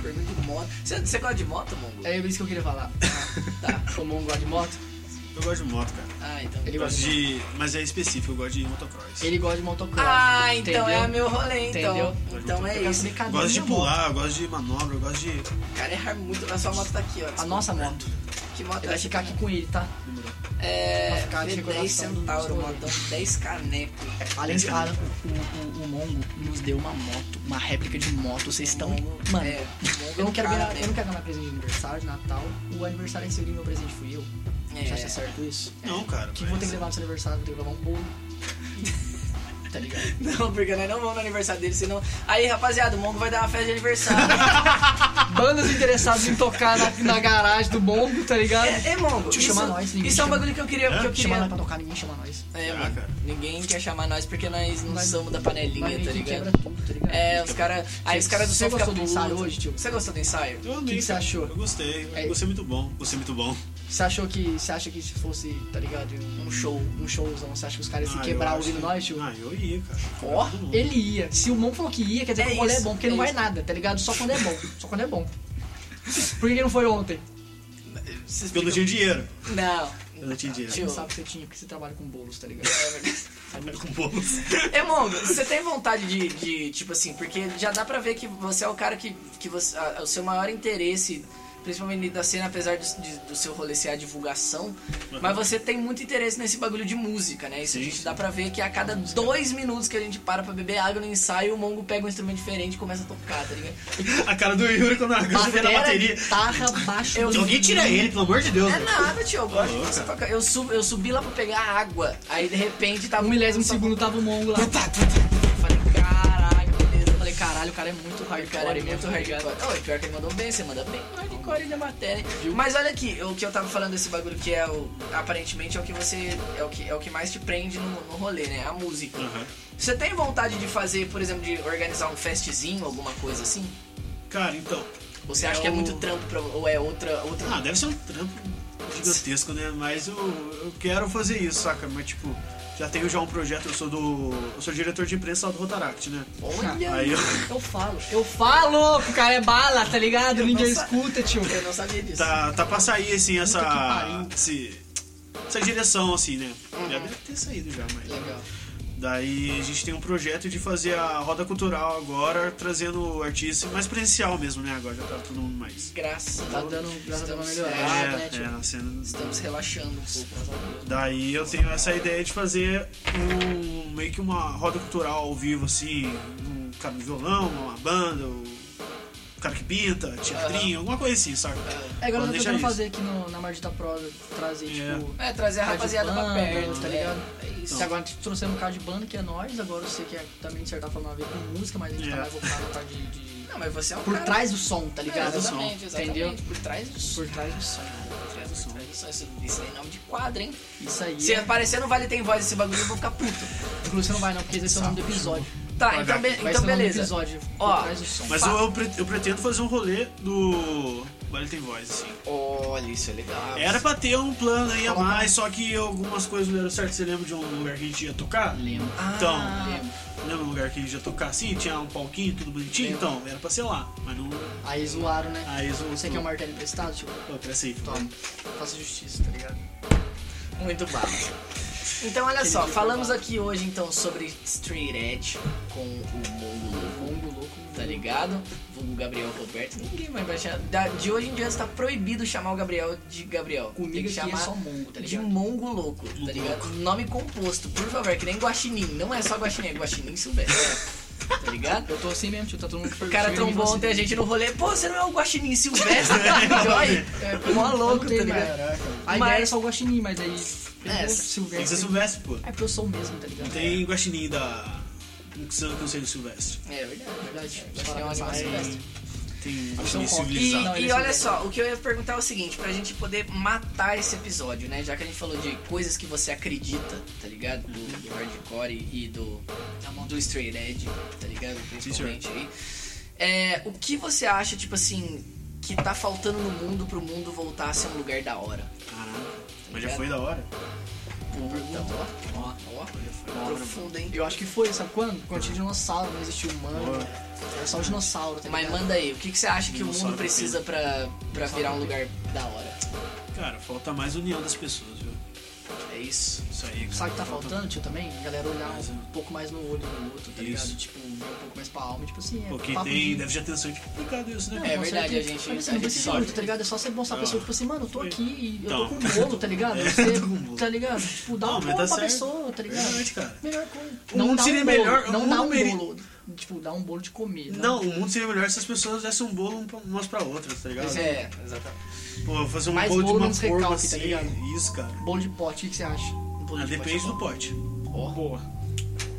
S1: Pergunta de moto. Você, você gosta de moto, Mongo?
S2: É isso que eu queria falar. tá, o Mongo gosta de moto,
S3: Eu gosto de moto, cara.
S1: Ah, então.
S2: ele
S3: Eu
S2: gosta
S3: gosto
S2: de,
S3: de. Mas é específico, eu gosto de motocross.
S2: Ele gosta de motocross.
S1: Ah, então
S2: entendeu?
S1: é meu rolê, então.
S2: Entendeu?
S1: Então é
S2: Eu quero
S1: isso.
S2: saber cadê
S3: Gosto
S2: minha
S3: de pular, eu gosto de manobra, eu gosto de.
S1: Cara, errar muito. A sua moto tá aqui, ó.
S2: moto. A
S1: Desculpa.
S2: Ah, nossa moto.
S1: Que moto é
S2: Ele vai
S1: essa?
S2: ficar aqui com ele, tá?
S1: É.
S2: vai ficar de
S1: vê 10
S2: decoração do
S1: centauro,
S2: nosso rolê.
S1: motão. 10 caneco.
S2: Além de.
S3: é
S2: Ah, o, o, o Mongo nos deu uma moto, uma réplica de moto. Vocês estão. Mano,
S1: É, Mongo
S2: eu, não quero
S1: é um cara
S2: ganhar, eu não
S1: mesmo.
S2: quero ganhar presente de aniversário, de Natal. O aniversário é seu e meu presente fui eu.
S1: É.
S2: Você acha certo isso?
S3: Não, cara.
S2: O que eu vou ter
S3: mas-
S2: que levar pro seu aniversário? Vou ter que levar um bolo. tá ligado?
S1: Não, porque nós não vamos no aniversário dele, senão. Aí, rapaziada, o Mongo vai dar uma festa de aniversário.
S2: Bandas interessadas em tocar na, na garagem do Mongo, tá ligado?
S1: é, é, Mongo.
S2: Deixa eu
S1: isso,
S2: chamar nós, ninguém
S1: isso é um
S2: chama.
S1: bagulho que eu queria.
S3: É?
S1: Que eu
S2: Chama nós
S1: queria...
S2: pra tocar, ninguém chama nós.
S1: É,
S3: Ah,
S1: mano.
S3: cara.
S1: Ninguém quer chamar nós porque nós não
S2: Nós-
S1: somos da panelinha,
S2: Mas
S1: tá
S2: ninguém
S1: ligado?
S2: quebra tudo, tá ligado?
S1: É, os caras. Aí os caras do
S2: Você
S1: som
S2: gostou
S1: fica
S2: do ensaio
S1: puto.
S2: hoje, tio?
S1: Você gostou do ensaio?
S3: Eu
S2: O que
S3: amei.
S2: que você
S3: cara.
S2: achou?
S3: Eu gostei.
S2: É.
S3: Eu gostei muito bom. Gostei muito bom.
S2: Você achou que. Você acha que se fosse, tá ligado? Um show, um showzão, você acha que os caras iam
S3: Ah,
S2: se
S3: eu
S2: quebrar
S3: acho
S2: ouvindo
S3: que-
S2: nós, tio?
S3: Ah, eu ia, cara.
S2: Ó,
S3: Todo mundo.
S2: ele ia. Se o Mon falou que ia, quer dizer
S1: É
S2: que o rolê é
S1: isso,
S2: bom, porque não
S1: é
S2: vai
S1: isso.
S2: nada, tá ligado? Só quando é bom. Só quando é bom. Por que que não foi ontem?
S1: Vocês
S3: Porque eu não
S1: ficam-
S3: tinha dinheiro.
S1: Não.
S3: Eu não tinha dinheiro.
S2: Você
S1: Tio.
S2: não sabe que você tinha, porque você trabalha com bolos, tá ligado?
S1: É verdade.
S3: Com bolos.
S1: É, Mongo, você tem vontade de, de, tipo assim, porque já dá pra ver que você é o cara que, que você, a- o seu maior interesse principalmente da cena, apesar do, de- do seu rolê ser a divulgação,
S3: Uhum.
S1: mas você tem muito interesse nesse bagulho de música, né? Isso a
S3: Sim,
S1: gente
S3: sim.
S1: dá pra ver que a cada dois minutos que a gente para pra beber água no ensaio, o Mongo pega um instrumento diferente e começa a tocar, tá ligado? tá
S3: A cara do Yuri quando arranca Tá vendo a bateria.
S2: guitarra, baixo.
S1: Eu-
S3: Alguém tira ele, pelo amor de Deus.
S1: É
S3: velho.
S1: nada, tio, eu gosto de
S3: louco,
S1: você
S3: cara.
S1: tocar. Eu, subo, eu subi lá pra pegar água, aí de repente tava
S2: Um milésimo
S1: só-
S2: segundo tava o Mongo lá.
S1: Eu Falei, caralho, beleza.
S2: Eu falei, caralho, o cara é muito
S1: O cara é
S2: hardcore, é
S1: muito hardcore. Não, e pior que ele mandou bem, você manda bem no hardcore da matéria.
S2: Viu?
S1: Mas olha aqui, o que eu tava falando desse bagulho que é o. Aparentemente é o que você. É o que, é o que mais te prende no, no rolê, né? A música.
S2: Hum.
S3: Aham.
S1: Você tem vontade de fazer, por exemplo, de organizar um festzinho, alguma coisa assim?
S3: Cara, então.
S1: Ou você acha que é
S3: o-
S1: muito trampo pra, ou é outra. outra...
S3: Ah, deve ser um trampo gigantesco, né? Mas eu, eu quero fazer isso, saca? Mas tipo, já tenho já um projeto, eu sou do. Eu sou diretor de imprensa lá do Rotaract, né?
S1: Olha!
S3: Aí eu.
S2: Eu falo. Eu falo que o cara é bala, tá ligado?
S1: Eu
S2: Ninguém
S1: não sa-
S2: escuta, tio.
S1: Eu não sabia disso.
S3: Tá, tá pra sair, assim,
S2: que
S3: essa.
S2: pariu.
S3: esse- essa direção, assim, né? Já deve ter saído já, mas.
S1: Uhum. Legal.
S3: Daí a gente tem um projeto de fazer a roda cultural agora, trazendo artistas mais presencial mesmo, né? Agora já tá todo mundo mais.
S1: Graças a
S2: Tá
S1: Deus.
S2: dando- graças a Deus,
S1: Estamos-
S2: melhorada,
S1: é,
S2: né,
S3: é,
S2: tio?
S3: a cena-
S1: Estamos relaxando um pouco. graças a Deus.
S3: Daí eu tenho essa ideia de fazer um meio que uma roda cultural ao vivo, assim, um cara de violão, uma banda, um cara que pinta, teatrinho, alguma coisa assim, saca?
S2: É, agora eu tô
S3: Planeja
S2: tentando
S3: isso.
S2: fazer aqui no, na Mardita Prosa, trazer,
S3: É.
S2: tipo...
S1: É, trazer a
S2: Rádio
S1: rapaziada pra
S2: Banda,
S1: perto,
S2: tá
S1: é,
S2: ligado?
S1: É isso.
S2: Se agora trouxemos um cara de banda, que é nós, agora eu sei que é também, de certa forma, a ver com música, mas a gente tá
S3: É.
S2: mais voltado na parte de... de-
S1: Não, mas você é um
S2: Por
S1: cara...
S2: trás do som, tá ligado?
S1: É,
S3: do som.
S1: exatamente, exatamente.
S2: Entendeu?
S1: Por trás do som.
S2: Por trás do som.
S1: Por trás do som. Por trás do som. Isso, isso aí é nome de quadro, hein?
S2: Isso aí. é
S1: Se aparecer no Vale Tem Voz esse bagulho, eu vou ficar puto.
S2: Inclusive você não vai não, porque esse é o nome do episódio.
S1: Tá,
S3: Vai,
S1: então, be-
S2: Vai
S1: então
S2: ser o nome do
S1: beleza.
S2: episódio,
S1: Ó,
S2: por trás do som.
S3: Mas eu, eu pre- eu pretendo fazer um rolê do Vale Tem Voz, assim.
S1: Olha, isso é legal.
S3: Era pra ter um plano aí a mais, só que algumas coisas não deram certo. Você lembra de um lugar que a gente ia tocar?
S2: Lembro. Ah,
S3: Então,
S1: lembro.
S3: lembra um lugar que a gente ia tocar assim? Tinha um palquinho, tudo bonitinho?
S2: Lembro.
S3: Então, era pra ser lá, mas não.
S2: Aí zoaram, né?
S3: Aí eles vão-
S2: Você quer um martelo emprestado? Tipo,
S3: Pô, cresce aí.
S2: toma. Faça justiça, tá ligado?
S1: Muito bala. Então, olha
S2: Aquele
S1: só,
S2: dia
S1: falamos
S2: foi bala.
S1: aqui hoje, então, sobre Street Edge com o Mongo Louco.
S2: Longo, louco.
S1: tá ligado? Vulgo Gabriel Roberto. Ninguém vai baixar. Da- de hoje em diante está proibido chamar o Gabriel de Gabriel. Tem
S2: Comigo
S1: que
S2: aqui é
S1: chamar
S2: só mongo, tá
S1: de
S2: ligado?
S1: Mongo Louco, tá ligado? Nome composto, por favor, que nem Guaxinim. Não é só Guaxinim, é Guaxinim Silvestre. tá ligado?
S2: Eu tô assim mesmo, tio, tá todo mundo
S1: O cara trombou ontem a gente no rolê. Pô, você não é o Guaxinim Silvestre? Joy? É, mó louco, tá ligado?
S2: A
S1: Mas-
S2: ideia era só o guaxinim, mas aí...
S1: É,
S2: pegou o
S3: Tem que ser
S2: Silvestre.
S3: Silvestre, pô.
S2: É porque eu sou o mesmo, tá ligado?
S3: Não tem guaxinim da. Não sei não sei do Silvestre.
S1: É verdade, verdade.
S2: Fala
S1: É um animal
S2: mais.
S1: silvestre.
S3: Tem
S2: Tá, Acho que é
S3: guaxinim
S2: um rock.
S1: E,
S3: civilizado.
S2: Não, ele
S1: e
S2: é
S1: olha
S2: silvestre.
S1: só, o que eu ia perguntar é o seguinte, pra gente poder matar esse episódio, né? Já que a gente falou de coisas que você acredita, tá ligado? Do, do hardcore e do, do straight edge, tá ligado? Principalmente aí. É, o que você acha, tipo assim, que tá faltando no mundo pro mundo voltar a ser um lugar da hora?
S3: Caraca. Mas já foi da hora.
S1: Puta, ó, ó, ó, profundo, hein?
S2: Eu acho que foi, sabe quando? Quando tinha dinossauro, não existia humano. Era só o dinossauro, tá
S1: Mas
S2: ligado?
S1: manda aí, o que, que você acha que o mundo
S3: Dinossauro
S1: precisa pra, pra virar um lugar da hora?
S3: Cara, falta mais união das pessoas, viu?
S1: É isso.
S3: Isso aí.
S2: Sabe o que tá
S3: falta-
S2: faltando, tio, também? A galera olhar
S3: Mas,
S2: um
S3: é.
S2: pouco mais no olho do outro, tá
S3: Isso.
S2: ligado? Tipo, ver um pouco mais pra alma, tipo assim, é
S3: Pô, quem
S2: papo
S3: tem
S2: de-
S3: deve já ter sido complicado isso, né?
S1: É
S2: com
S1: verdade,
S2: certeza.
S1: a gente-
S2: Mas, assim,
S1: a
S2: não
S1: gente
S2: precisa
S1: sobe.
S2: muito, tá ligado? É só você mostrar pra
S3: Tá.
S2: pessoa, tipo assim, mano, eu tô aqui e eu tô
S3: Então.
S2: com um bolo, tá ligado?
S3: É,
S2: Você,
S3: tô com um bolo.
S2: tá ligado? Tipo, dá
S3: Não,
S2: um
S3: mas
S2: bolo
S3: tá
S2: pra
S3: certo.
S2: pessoa, tá ligado?
S3: Verdade, cara.
S2: Melhor coisa.
S3: O mundo
S2: dá
S3: seria
S2: bolo,
S3: melhor- o
S2: Não
S3: mundo
S2: dá um
S3: mere-
S2: bolo. Tipo, dá um bolo de comer. dá
S3: Não,
S2: um-
S3: o mundo seria melhor se as pessoas dessem um bolo um pra- umas pra outras, tá ligado?
S1: É, exatamente.
S3: Pô, fazer um
S2: Mais
S3: bolo de
S2: bolo
S3: uma
S2: menos
S3: forma
S2: recalque, tá
S3: assim,
S2: ligado?
S3: isso, cara.
S2: Bolo de pote, o que que você acha? Um bolo
S3: Ah,
S2: de pote,
S3: depende
S2: tá
S3: do
S2: bom.
S3: pote.
S2: Boa.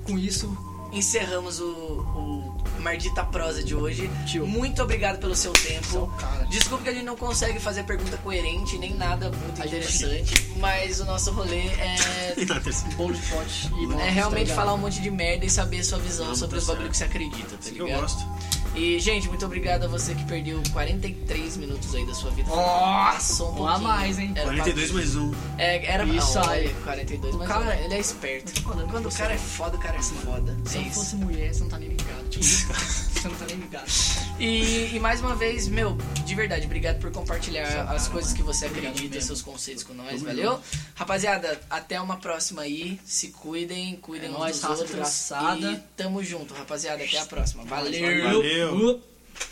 S2: Com isso,
S1: encerramos o, o Mardita Prosa de hoje.
S2: Tio.
S1: Muito obrigado pelo seu
S2: você é o
S1: tempo.
S2: cara.
S1: Desculpa que a gente não consegue fazer pergunta coerente, nem nada muito
S2: A gente-
S1: interessante, mas o nosso rolê é,
S3: E na terceira.
S2: Bolo de pote e bolas,
S1: é
S2: tá
S1: realmente
S2: ligado?
S1: falar um monte de merda e saber a sua visão
S3: Não,
S1: sobre
S3: tá
S1: os bagulho
S3: certo.
S1: que você acredita, tá
S3: Isso que eu
S1: ligado?
S3: gosto.
S1: E, gente, muito obrigado a você que perdeu 43 minutos aí da sua vida. Nossa, um
S2: Um a mais, hein?
S1: Era pra-
S3: 42 mais um.
S1: É, era
S2: Isso
S1: ah,
S2: aí.
S1: olha, 42,
S2: O
S1: mas
S2: cara-
S1: olha, ele é esperto.
S2: Eu tô falando,
S1: Quando o
S2: você-
S1: cara é foda, o cara é foda.
S2: Se
S1: É
S2: eu
S1: isso.
S2: fosse mulher, você não tá nem ligado. tio. Você não tá nem ligado.
S1: E, e mais uma vez, meu, de verdade, obrigado por compartilhar as coisas que você
S2: Obrigado
S1: acredita,
S2: mesmo.
S1: seus conceitos com nós,
S3: Tamo
S1: valeu? Rapaziada, até uma próxima aí. Se cuidem,
S2: É
S1: cuidem uns
S2: nóis,
S1: dos
S2: raça
S1: outros.
S2: desgraçada.
S1: E tamo junto, rapaziada. Até a próxima. Valeu!
S3: Valeu.
S2: Uh.